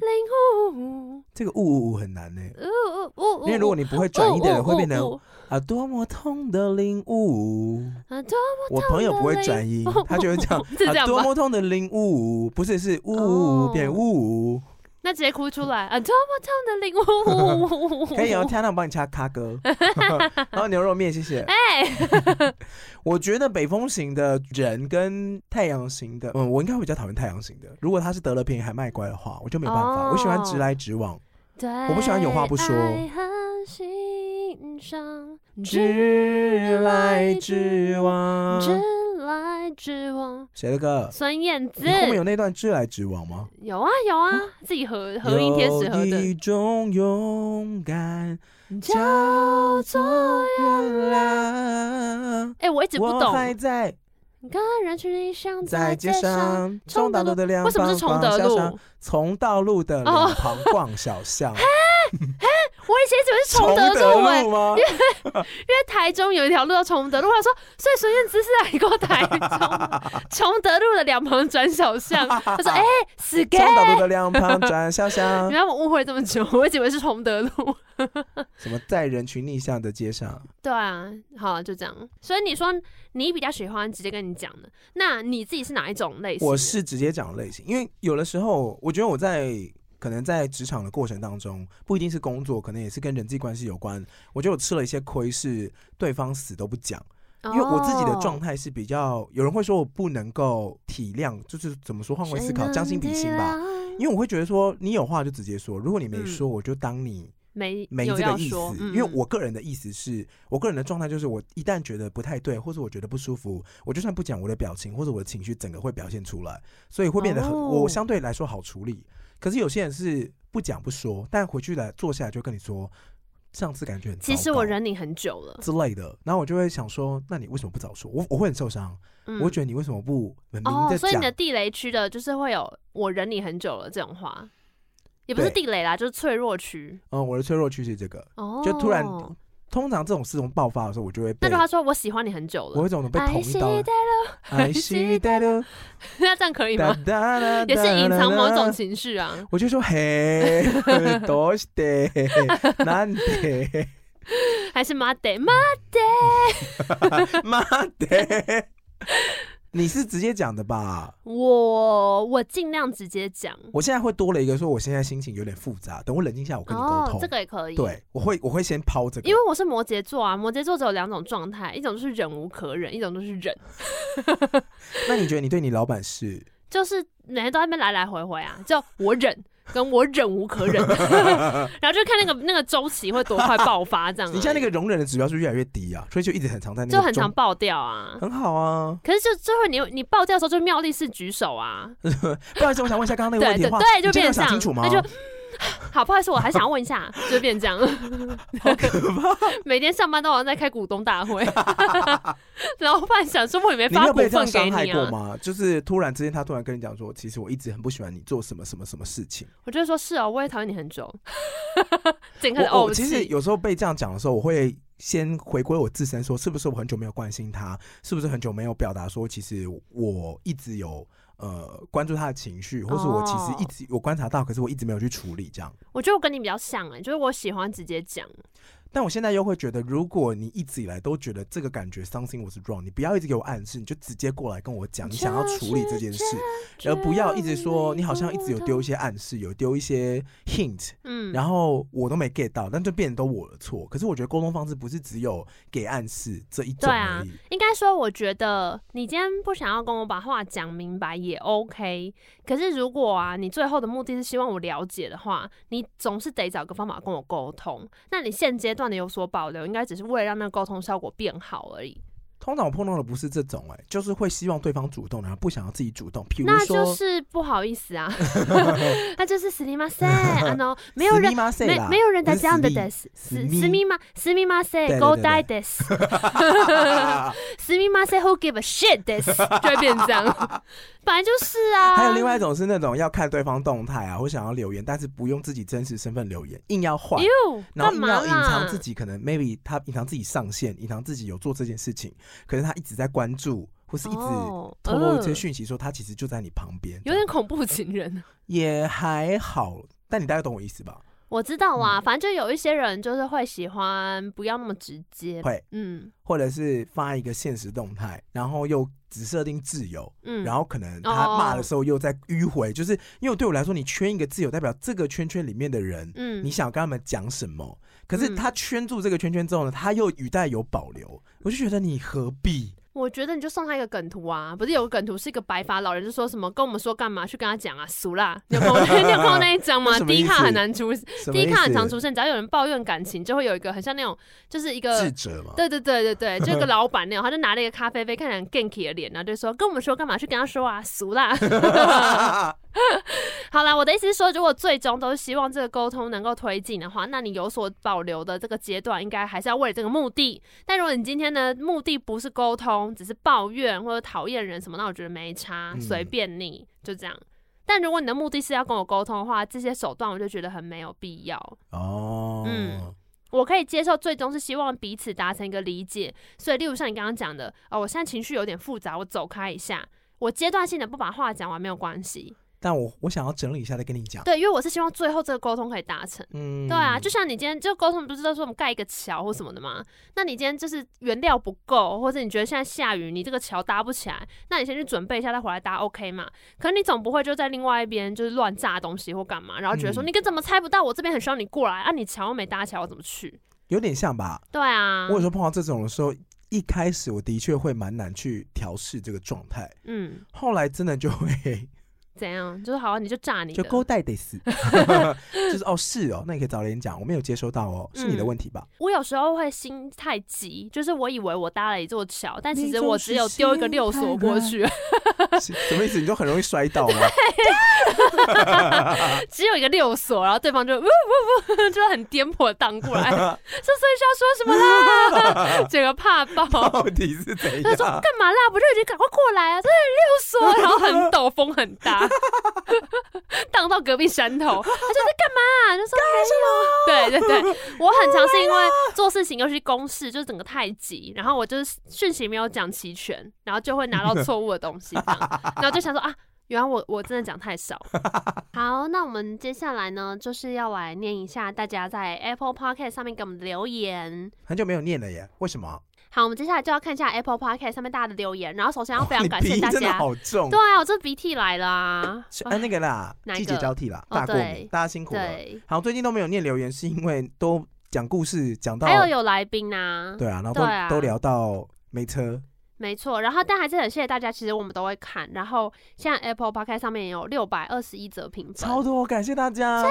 领悟，
这个呜呜呜很难呢，
呜呜呜！
因为如果
你
你不会转一点的，会变
呜
成啊多么痛的领悟。
啊，对，
我朋友不会转音，他就会 讲
是这样
啊多
吧？
么痛的领悟，不是是呜呜
哦
呜变呜呜，
那直接哭出来啊，多么痛的 领悟，
可以哦，天亮我帮你掐咖 哥，然后牛肉面谢谢。
哎，
我觉得北风型的人跟太阳型的，嗯，我应该会比较讨厌太阳型的。如果他是得了便宜还卖乖的话，我就没有办法。
哦
我喜欢直来直往，
对，
我不喜欢有话不说
爱和欣赏，
直
来直
往
直来直往。
谁的歌？
孙燕姿
你后面有那段直来直往吗？
有啊有啊，自己合合音天使合
有
的，
一种勇敢
叫做
原来，
哎，我一直不
我
懂，
还在
你看人群里像
在街上
冲
从
德
道
路
路的两
为什么是
旁方
崇德
向
路？
上从道路的
哦
两旁逛小巷，
我以前一直以为是 崇
崇
德路哎、
路吗？
因为台中有一条路叫崇德路，我想说，所以孙燕姿是来过台中 崇德路的两旁转 小巷。他说：“哎、死 gay！”
从道路的两旁转小巷
原，来我误会这么久，我一直以为是崇德路。
什么在人群逆向的街上，
对啊，好，就这样。所以你说你比较喜欢直接跟你讲的，那你自己是哪一种类型？
我是直接讲类型，因为有的时候我觉得我在可能在职场的过程当中，不一定是工作，可能也是跟人际关系有关。我觉得我吃了一些亏，是对方死都不讲，因
哦
为我自己的状
态
态是比较，有人会说我不能够体谅，就是怎么说换位思考，将心比心吧。。
啊
因为我会觉得说，你有话就直接说，如果你没说，我就当你
没
没
嗯有
这
要
个意思
说，。嗯
因为我个人的意思是，我个人的状态就是，我一旦觉得不太对，或者我觉得不舒服，我就算不讲我的表情或者我的情绪，整个会表现出来，所以会变得很，
哦
我相对来说好处理。可是有些人是不讲不说，但回去来坐下来就跟你说。上次感觉很糟
其实我
糕
忍你很久了，
之类的，然后我就会想说，那你为什么不早说？我我会很受伤，
嗯
我会觉得你为什么不很明
哦
的，
所以
讲
你？的地雷区的就是会有我忍你很久了这种话，也不是
对
地雷啦，就是脆弱区。
嗯，我的脆弱区是这个，
哦，
就突然通常这种事情爆发的时候，我就会
那
被
如果他说我喜欢你很久
我
了
有，一种被捅一刀
爱惜
的。I
惜
see that you-
那这样可以
哒
吗？
哒哒
也是隐藏某
哒哒
种
哒。
情绪啊。
我就说嘿， どうして？なんで？
还是妈得妈，
妈的！你是直接讲的吧？
我我尽量直接讲。
我现在会多了一个，说我现在心情有点复杂，等我冷静下，我跟你沟
哦
通，。
这个也可以。，
对，我会我会先抛这个，
因为我是摩羯座啊，摩羯座只有两种状态，一种就是忍无可忍，一种就是忍，
那你觉得你对你老板是？
就是每天都在那边来来回回啊，就我忍。跟我忍无可 忍， 然后就看那个那个周期会多快爆发这样、啊。
你现在那个容忍的指标是越来越低啊，所以就一直很常在那个
就很
中
常爆掉啊。
很好啊。
可是就最后你你爆掉的时候，就妙力士举手啊，
不好意思，我想问一下刚刚那个
对
问题的
对
话，
对，
你
就
真的
变
有
成
想清
这样
楚吗？
那就好，不好意思，我还想要 问一下，就变这样。
好可怕！
每天上班都好像在开股东 大会，老板想说我也没
你没
发
有
股
被这样
份给
伤害过
啊，
吗？就是突然之间，他突然跟你讲说，其实我一直很不喜欢你做什么什么什么事情。
我就会说是哦，我也讨厌你很久， 整个
我
哦，
我其实有时候被这样讲的时候，我会先回归我自身，说是不是我很久没有关心他，是不是很久没有表达说，其实我一直有呃关注他的情绪，或是我其
哦
实一直我观察到，可是我一直没有去处理这样。
我觉得我跟你比较像哎、就是我喜欢直接讲，
但我现在又会觉得，如果你一直以来都觉得这个感觉 something was wrong，你不要一直给我暗示，你就直接过来跟我讲，你想要处理这件事，而不要一直说你好像一直有丢一些暗示，有丢一些 hint，
嗯，
然后我都没 get 到，但就变成都我的错。可是我觉得沟通方式不是只有给暗示这一种
对啊
而已，
应该说，我觉得你今天不想要跟我把话讲明白也 OK。可是如果啊，你最后的目的是希望我了解的话，你总是得找个方法跟我沟通。那你现阶段的有所保留，应该只是为了让那个沟通效果变好而已。
通常我碰到的不是这种、哎，就是会希望对方主动，然后不想要自己主动。比如
那
说，
就是不好 意思啊，那就是死你妈塞，啊 no，没有
死
人
密。马塞
没
啦
没有人在
不是
这样的
死密
des，死
密
死密马死密马塞
对对
，go
对
die
对 啊
des，死密马塞 who give a shit des，就会变这样，本来就是啊。
还有另外一种是那种要看对方动态啊，或想要留言，但是不用自己真实身份留言，硬要换，
哟，
然后
哎干
硬
嘛
要
啦？
隐藏自己，可能 maybe 他隐藏自己上线，隐藏自己有做这件事情，可是他一直在关注，或是一直
哦
透露一些
呃
讯息，说他其实就在你旁边，
有点恐怖情 人。
也还好，但你大概懂我意思吧？
我知
嗯
道啦，反正就有一些人就是会喜欢不要那么直接，
会，
嗯
或者是发一个现实动态，然后又只设定自由，
嗯，
然
后
后可能他骂的
哦
时候又在迂回，就是因为对我来说，你圈一个自由，代表这个圈圈里面的人，
嗯
你，想跟他们讲什么？可是
嗯
他圈住这个圈圈之后呢，他又语带有保留，我就觉得你何必？
我觉得你就送他一个梗图啊，不是有个梗图是一个白发老人，就说什么跟我们说干嘛，去跟他讲啊，俗啦，你有看过 你有看过那一张吗
那？什么
低
意
卡
思
很难出，
什么
低
意
卡很常
思？
出现，只要有人抱怨感情，就会有一个很像那种，就是一
智
个。
者嘛，
对对对对对，就一个老板那种，他就拿了一个咖啡杯，看起来很 ganky 的脸，然后就说跟我们说干嘛，去跟他说啊， 俗啦。好啦，我的意思是说，如果最终都是希望这个沟通能够推进的话，那你有所保留的这个阶段，应该还是要为了这个目的。但如果你今天的目的不是沟通，只是抱怨或者讨厌人什么，那我觉得没差，
嗯
随便你、就这样。但如果你的目的是要跟我沟通的话，这些手段我就觉得很没有必要。
哦，
嗯我可以接受，最终是希望彼此达成一个理解。所以，例如像你刚刚讲的，哦，我现在情绪有点复杂，我走开一下，我阶段性的不把话讲完没有关系。
但我我想要整理一下再跟你讲。
对，因为我是希望最后这个沟通可以达成。
嗯，
对啊，就像你今天就沟通，不是都说我们盖一个桥或什么的吗？那你今天就是原料不够，或者你觉得现在下雨，你这个桥搭不起来，那你先去准备一下再回来搭，OK 嘛？可是你总不会就在另外一边就是乱炸东西或干嘛，然后觉得说、
嗯
你怎么猜不到我这边很需要你过来啊？你桥又没搭起来，我怎么去？
有点像吧。
对啊
我，有时候碰到这种的时候，一开始我的确会蛮难去调试这个状态，
嗯，
后来真的就会
怎样？就是好啊，你就炸你
就
的，
勾带得 死， 就是哦是哦，那你可以早点讲，我没有接收到哦，是你的
嗯
问题吧？
我有时候会心太急，就是我以为我搭了一座桥，但其
你
实
总
我
是
只有丢一个
心
六
太
锁过
软
去，
是什么意思？你就很容易摔倒吗？
只有一个六锁，然后对方就呜呜呜， 就很颠簸地荡过来， 说所以是要说什么啦， 整个怕爆，
到底是怎
他说
样？
干嘛啦？不就已经赶快过来啊！这六锁，然后很抖，风很大， 荡到隔壁山头。他说在干嘛？就说没有。对对对，我很常是因为做事情，尤其公事，就是整个太急，然后我就是讯息没有讲齐全，然后就会拿到错误的东西，这样，然后就想说啊。原来我我真的讲太少。 好，那我们接下来呢，就是要来念一下大家在 Apple Podcast 上面给我们的留言。
很久没有念了耶，为什么？
好，我们接下来就要看一下 Apple Podcast 上面大家的留言，然后首先要非
哇哦
常
你
感
鼻
谢
音
大
真的
家。
好重
对。啊，我这鼻涕来了啊。
是
哎
哎，那个啦，
哪一
季节
个
交替啦，
哦
大过
对
敏，大家辛苦了。
对，
好，最近都没有念留言，是因为都讲故事讲到
还有有来宾呐、
对啊，然后
对啊
都都聊到没车，
没错。然后但还是很谢谢大家，其实我们都会看。然后现在 Apple Podcast 上面也有六百二十一则评分
超。多，感谢大家。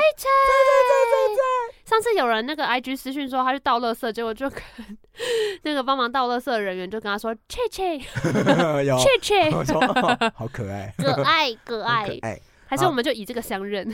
上次有人那个 IG 私讯说他去倒垃圾，结果就跟 那个帮忙倒垃圾的人员就跟他说：“切切
哦
切
有，
切，
我说哦好可爱，
可爱可
很
爱。
可爱。
还是
好
我们就以这个 相认。切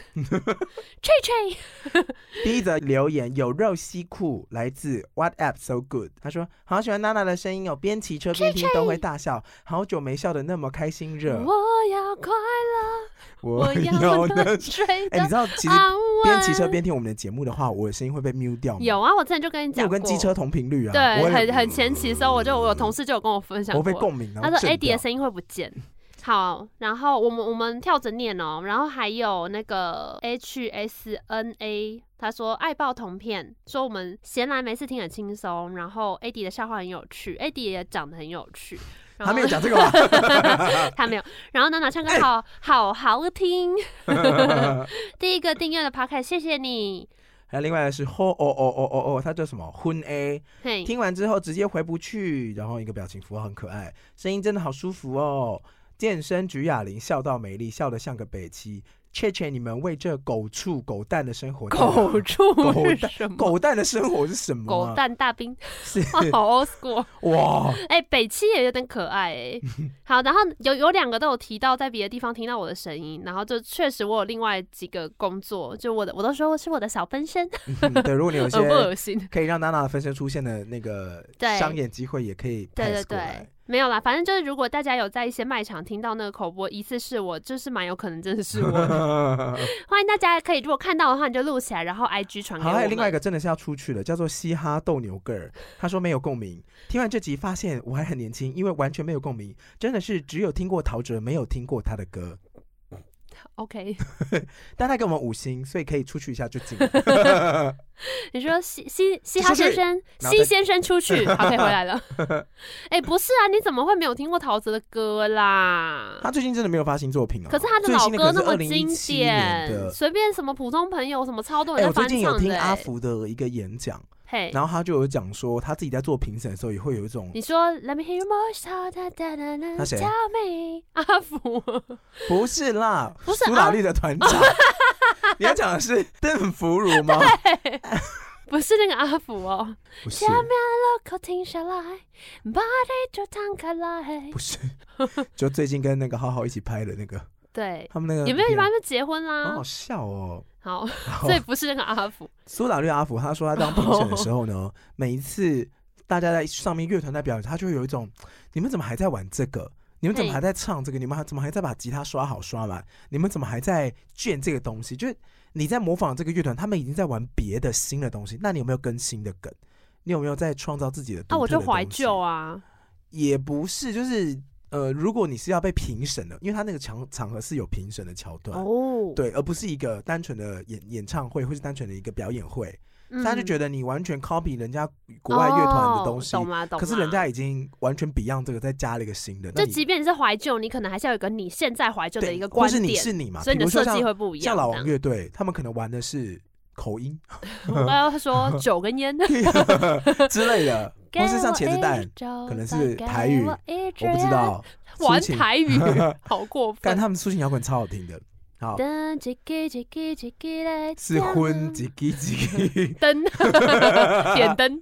切，
第一则留言有肉西裤，来自 What App So Good，他说好喜欢娜娜的声音哦，边骑车边听都会大笑，好久没笑的那么开心热，
我要快乐，
我
我 要啊
能
能。睡
哎，
得
你知道其实
安稳。
边骑车边听我们的节目的话，我的声音会被 mute 掉吗？
有啊，我之前就跟你
因为
讲
我
过，
跟机车同频率啊，我
对，
会
很很前期的时候，我就我有同事就有跟我分享
我被
过，
共鸣，然
他
后
说
震
AD
掉
的声音会不见。好，然后我们我们跳着念哦，然后还有那个 H S N A，他说爱爆铜片，说我们闲来没事听很轻松，然后 AD 的笑话很有趣，AD 也长得很有趣，
他
然后
没有讲这个 吧？
他没有。然后娜娜唱歌好、好好听，第一个订阅的 p o d 谢谢你，
还有另外的是 ho 哦哦哦哦哦，他叫什么婚 A，
嘿，
听完之后直接回不去，然后一个表情符号很可爱，声音真的好舒服哦。健身举哑铃笑到美丽，笑得像个北七。切切，你们为这狗畜狗蛋的生活在哪，
狗畜
狗
是
蛋
什么？
狗蛋的生活是什么啊、
狗蛋大兵，
是
哇， 好 old school。
哇，
哎、北七也有点可爱哎、好，然后有有两个都有提到在别的地方听到我的声音，然后就确实我有另外几个工作，就我的我都说是我的小分身，
嗯对，如果你有一
恶
些
不 恶心？
可以让娜娜的分身出现的那个
对
商演机会，也可以
对
pass 过
对
来
对。，没有啦，反正就是如果大家有在一些卖场听到那个口播，疑似是我，就是蛮有可能真的是 我的。欢迎大家可以，如果看到的话你就录起来，然后 IG 传给
好，
我
还
们。
有另外一个真的是要出去了，叫做嘻哈斗牛哥儿。他说没有共鸣，听完这集发现我还很年轻，因为完全没有共鸣，真的是只有听过陶喆，没有听过他的歌。
OK，
但他给我们五星，所以可以出去一下就进。
你说西西西
就
哈
出
先
去
生，
然后
西
再
先生 出去，好，可以回来了。哎、不是啊，你怎么会没有听过陶喆的歌啦？
他最近真的没有发新作品哦。
可是他
最
老
新的
歌
可
那
是
么
二零
经
一七年
典，
的。
随便什么普通朋友什么超多
哎、
人
我最
在翻
近有
唱
听
的、
阿
欸。
福的一个演讲，
嘿、
然后他就有讲说他自己在做评审的时候也会有一种
你说 Let me hear more, so da da da da,
那谁
tell me，阿福，
不是啦，
不是啊
苏打绿的团长。 你要讲的是邓福如吗？
不是那个阿福哦。
不是
下，面的 local 停下来，body 就摊开来
不。是，就最近跟那个浩浩一起拍的那个。
对，
他们那个
有没有
影
他
片
们结婚啦、
好好笑哦。
好，
好
所以不是那个阿福。
苏打绿阿福他说他当评审的时候
哦
呢， 每一次大家在上面乐团在表演，他就会有一种你们怎么还在玩这个？你们怎么
嘿
还在唱这个？你们还怎么还在把吉他刷好刷满？你们怎么还在卷这个东西？就是你在模仿这个乐团，他们已经在玩别的新的东西，那你有没有更新的梗？你有没有在创造自己的？
啊，我就怀旧，啊。
也不是，就是呃，如果你是要被评审的，因为他那个场场合是有评审的桥段，
哦，
对，而不是一个单纯的演演唱会，或是单纯的一个表演会，
嗯，
他就觉得你完全 copy 人家国外乐团的东西，
哦懂吗？懂吗。
可是人家已经完全 Beyond 这个再加了一个新的，那
就
你
即便你是怀旧，你可能还是要有一个你现在怀旧的
对，
一个
或
观
是你
点，
是你嘛，
所以
比
你的
如说
设
像
计会不一样。
像老
这
王
样
乐队，他们可能玩的是口音
我要说酒跟烟，
之类的，或是像茄子蛋，可能是台语
我
我不知。道，
玩
抒情
台语，好过
干
分。
他们抒情摇滚超好听的，好
噔叽叽叽叽叽叽来，
是婚几几几，
灯 点灯。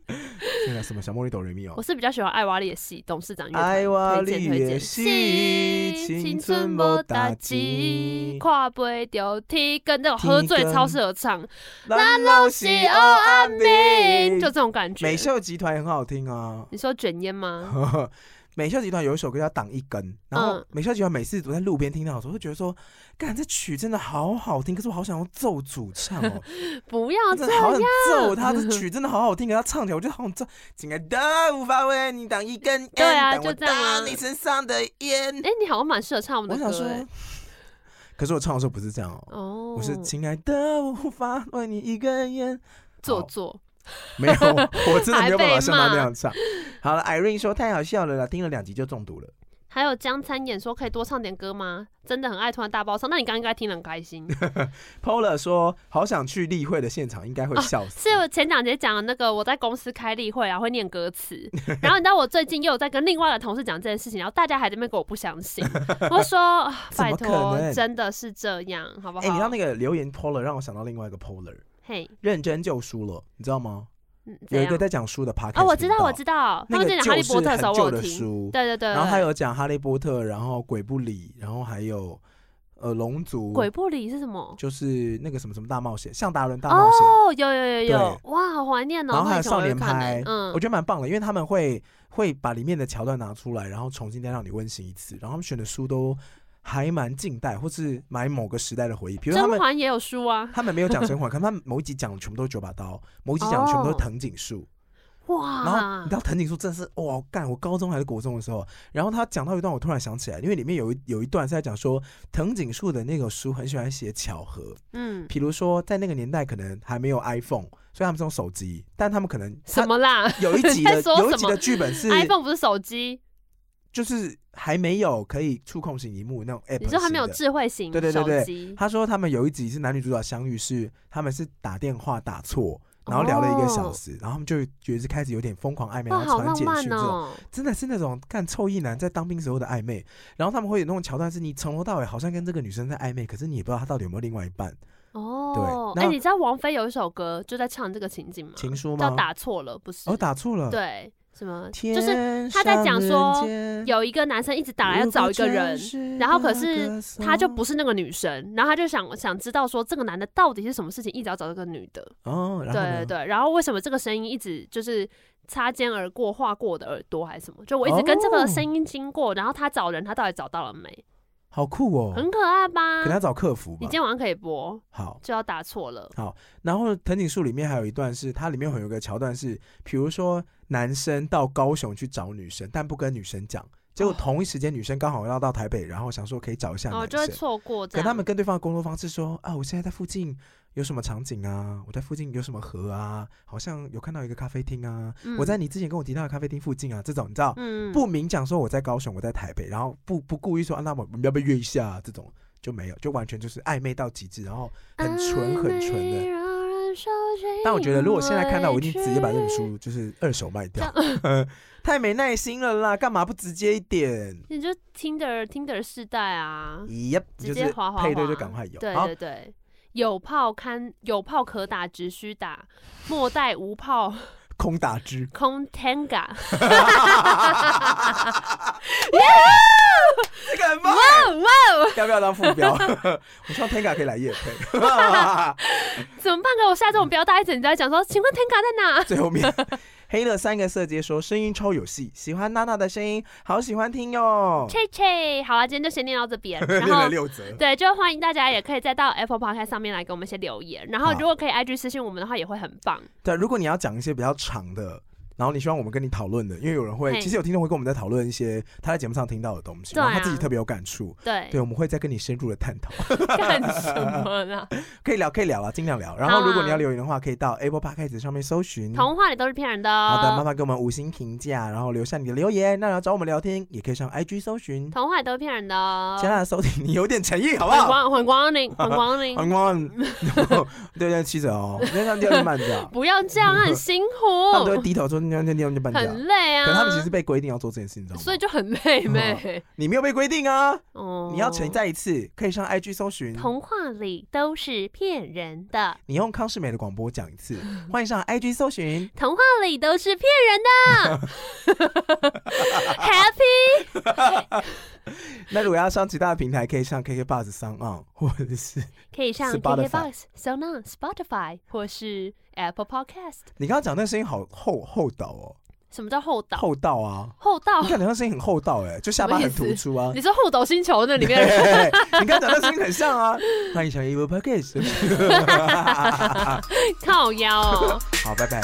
那个什么小茉莉哆瑞咪
我
哦，
是比较喜欢艾娃利的戏，董事长乐团
爱瓦
推
里
荐推
也
荐。
是青春无打击，
跨杯调梯跟那种喝醉超适合唱，哦
咱老是黑暗
就
面。
这种感觉。
美秀集团也很好听啊，
你说卷烟吗？
美秀集团有一首歌叫《挡一根》，然后
嗯
美秀集团每次我在路边听到的时候，会觉得说，干这曲真的好好听，可是我好想要揍主唱 哦，
不要
真
这
的好
样
想揍他，这曲真的好好听，可他唱起来我就好想揍，竟然都无法为你挡一根烟，
对啊
挡我
就这样啊
到你身上的烟。
哎、你好像蛮适合唱我
我
们的
想
歌、
说
欸。，
可是我唱的时候不是这样哦，
哦，
我是亲爱的，我无法为你一个人
做
好
作，
没有，我真的没有办法
还被
像他
骂
那样唱。好了，Irene 说太好笑了啦，听了两集就中毒了。
还有江参演说可以多唱点歌吗？真的很爱突然大爆唱，那你刚刚应该听得很开心。
Pola 说好想去例会的现场，应该会笑死。
哦是我前两节讲的那个，我在公司开例会啊，会念歌 词。然后你知道我最近又有在跟另外的同事讲这件事情，然后大家还在那边给我不相信，我说 啊
怎
拜
么可
托，
能
真的是这样，好不
哎、
好？
你知道那个留言 Pola 让我想到另外一个 Pola，
嘿，
认真就输了，你知道吗？
嗯怎
有一
样
个在讲书的 p a r t
哦，我知道，我知道，他
那个
们在讲《哈利波特》的时候，
就是
我
很旧
有
的
听。
书，
对对对，
然后
对
还有讲哈利波特，然后鬼不理，然后还有呃龙族，
鬼不理是什么？
就是那个什么什么大冒险，像达伦大冒险。
哦，有有有有，
对
哇，好怀念哦！
然后还有
我以前我
少
会
年
看
拍
欸，嗯
我，觉得蛮棒的，因为他们会会把里面的桥段拿出来，然后重新再让你温习一次。然后他们选的书都还蛮近代，或是买某个时代的回忆，比如他
甄
们。
嬛也有书啊，
他们没有讲 甄嬛，可能他们某一集讲的全部都是九把刀，某一集讲的全部都是
哦
藤井树。然后
哇
你知，道藤井树真的是哇，干！我高中还是国中的时候，然后他讲到一段，我突然想起来，因为里面有一有一段是在讲说藤井树的那个书很喜欢写巧合，
嗯，
比如说在那个年代可能还没有 iPhone，所以他们是用手机，但他们可能他
什么啦
有一 集
在
的
说
有一
什
集
么
的剧本是
？iPhone 不是手机，
就是还没有可以触控型荧幕那种 app，
你说还没有
型的
智慧型
对对对
手
对
机，
他说他们有一集是男女主角相遇是，他们是打电话打错，然后聊了一个小时，然后他们就觉得开始有点疯狂暧昧，然
哦哇，
后
好
传
浪
简
漫
讯这种，
哦！
真的是那种干臭意男在当兵时候的暧昧。然后他们会有那种桥段，是你从头到尾好像跟这个女生在暧昧，可是你也不知道她到底有没有另外一半。
哦，
对
哎，
那
你知道王菲有一首歌就在唱这个情境吗？
情书
叫
吗？
打错了，不是
哦，？打错了。，
对，什么？
天
就是他在讲说
上人间
有一个男生一直打来要找一个人，，然后可是他就不
是
是那个女生，然后他就想想知道说这个男的到底是什么事情，一直要找这个女的，
哦，然后
对对
呢
对，然后为什么这个声音一直就是擦肩而过，划过我的耳朵还是什么？就我一
哦
直跟这个声音经过，然后他找人，他到底找到了没？
好酷哦，
很可爱吧
可能？要找客服
你
吧
今。天晚上可以播，
好，
就要打错了，
然后藤井树里面还有一段是，它里面会有一个桥段是，比如说男生到高雄去找女生，但不跟女生讲，结果
哦
同一时间女生刚好要到台北，然后想说可以找一下
然后
男
哦就会
生，
错过这
可
样。
他们跟对方的沟通方式说啊，我现在在附近。有什么场景啊？我在附近有什么河啊？好像有看到一个咖啡厅啊。
嗯
我在你之前跟我提到的咖啡厅附近啊，这种你知道，
嗯
不明讲说我在高雄，我在台北，然后不不故意说啊，那我们要不要约一下、啊、这种就没有，就完全就是暧昧到极致，然后很纯很纯的。。但我觉得如果现在看到，我一定直接把这本。书就是二手卖掉，太没耐心了啦，干嘛不直接一点？
你就听的听的世代啊，
咦、
直
就
接
是
滑滑滑
配对就赶快有。
对
好
对，对，有炮堪有炮可打，只需打，莫待无炮。
空打之
空 tanga。
这个很棒， 要不要当副标？ 我希望 Tenga 可以来夜 配。
怎么办？给我下这种标带子，你在讲说，请问 tanga 在哪？
最后面黑了三个色阶说声音超有戏，喜欢娜娜的声音，好喜欢听哟。
切切，好啊，今天就先念到这 边， 然
练了
后。
六折，
对，就欢迎大家也可以再到 Apple Podcast 上面来给我们一些留言，然后
好
如果可以 IG 私信我们的话，也会很棒。
对，啊如果你要讲一些比较长的，然后你希望我们跟你讨论的，因为有人会
嘿，
其实有听众会跟我们在讨论一些他在节目上听到的东西，
对
然
啊
后他自己特别有感触。
对，
对，我们会再跟你深入的探讨，
干什么呢？
可以聊，可以聊啊，尽量聊。然
好啊
后，如果你要留言的话，可以到 Apple Podcast 上面搜寻。
童话里都是骗人的哦。
好的，麻烦给我们五星评价，然后留下你的留言。那要找我们聊天，也可以上 IG 搜寻。
童话里都是骗人的哦。
加大的收听，你有点诚意好不
很
好？
光很光临，很光 临。
很光，对对，七折哦，那这样就慢掉。
不要这样，很辛
他们都
苦
会。低头说：“你你你搬家，
很累啊。
可他们其实被规定要做这件事，你知道吗？
所以就很累呗。
你没有被规定啊，
哦，
你要存在一次，可以上 IG 搜寻。
童话里都是骗人的，
你用康世美的广播讲一次，欢迎上 IG 搜寻。
童话里都是骗人的。Happy
那如果要上其他的平台，可以上 KK Bus 上啊，或者是
可以上
Spotify
KKBox、Sound、Spotify 或是 Apple Podcast。
你刚刚讲那个声音好厚厚道哦，
什么叫厚道？
厚道啊！
厚道
你？看你那声音很厚道哎、就下巴很突出啊。
你说厚道星球那里面 的
对，
人？
你刚刚讲那声音很像啊。欢迎小一波 Podcast，
靠腰哦。
好，拜拜。
啊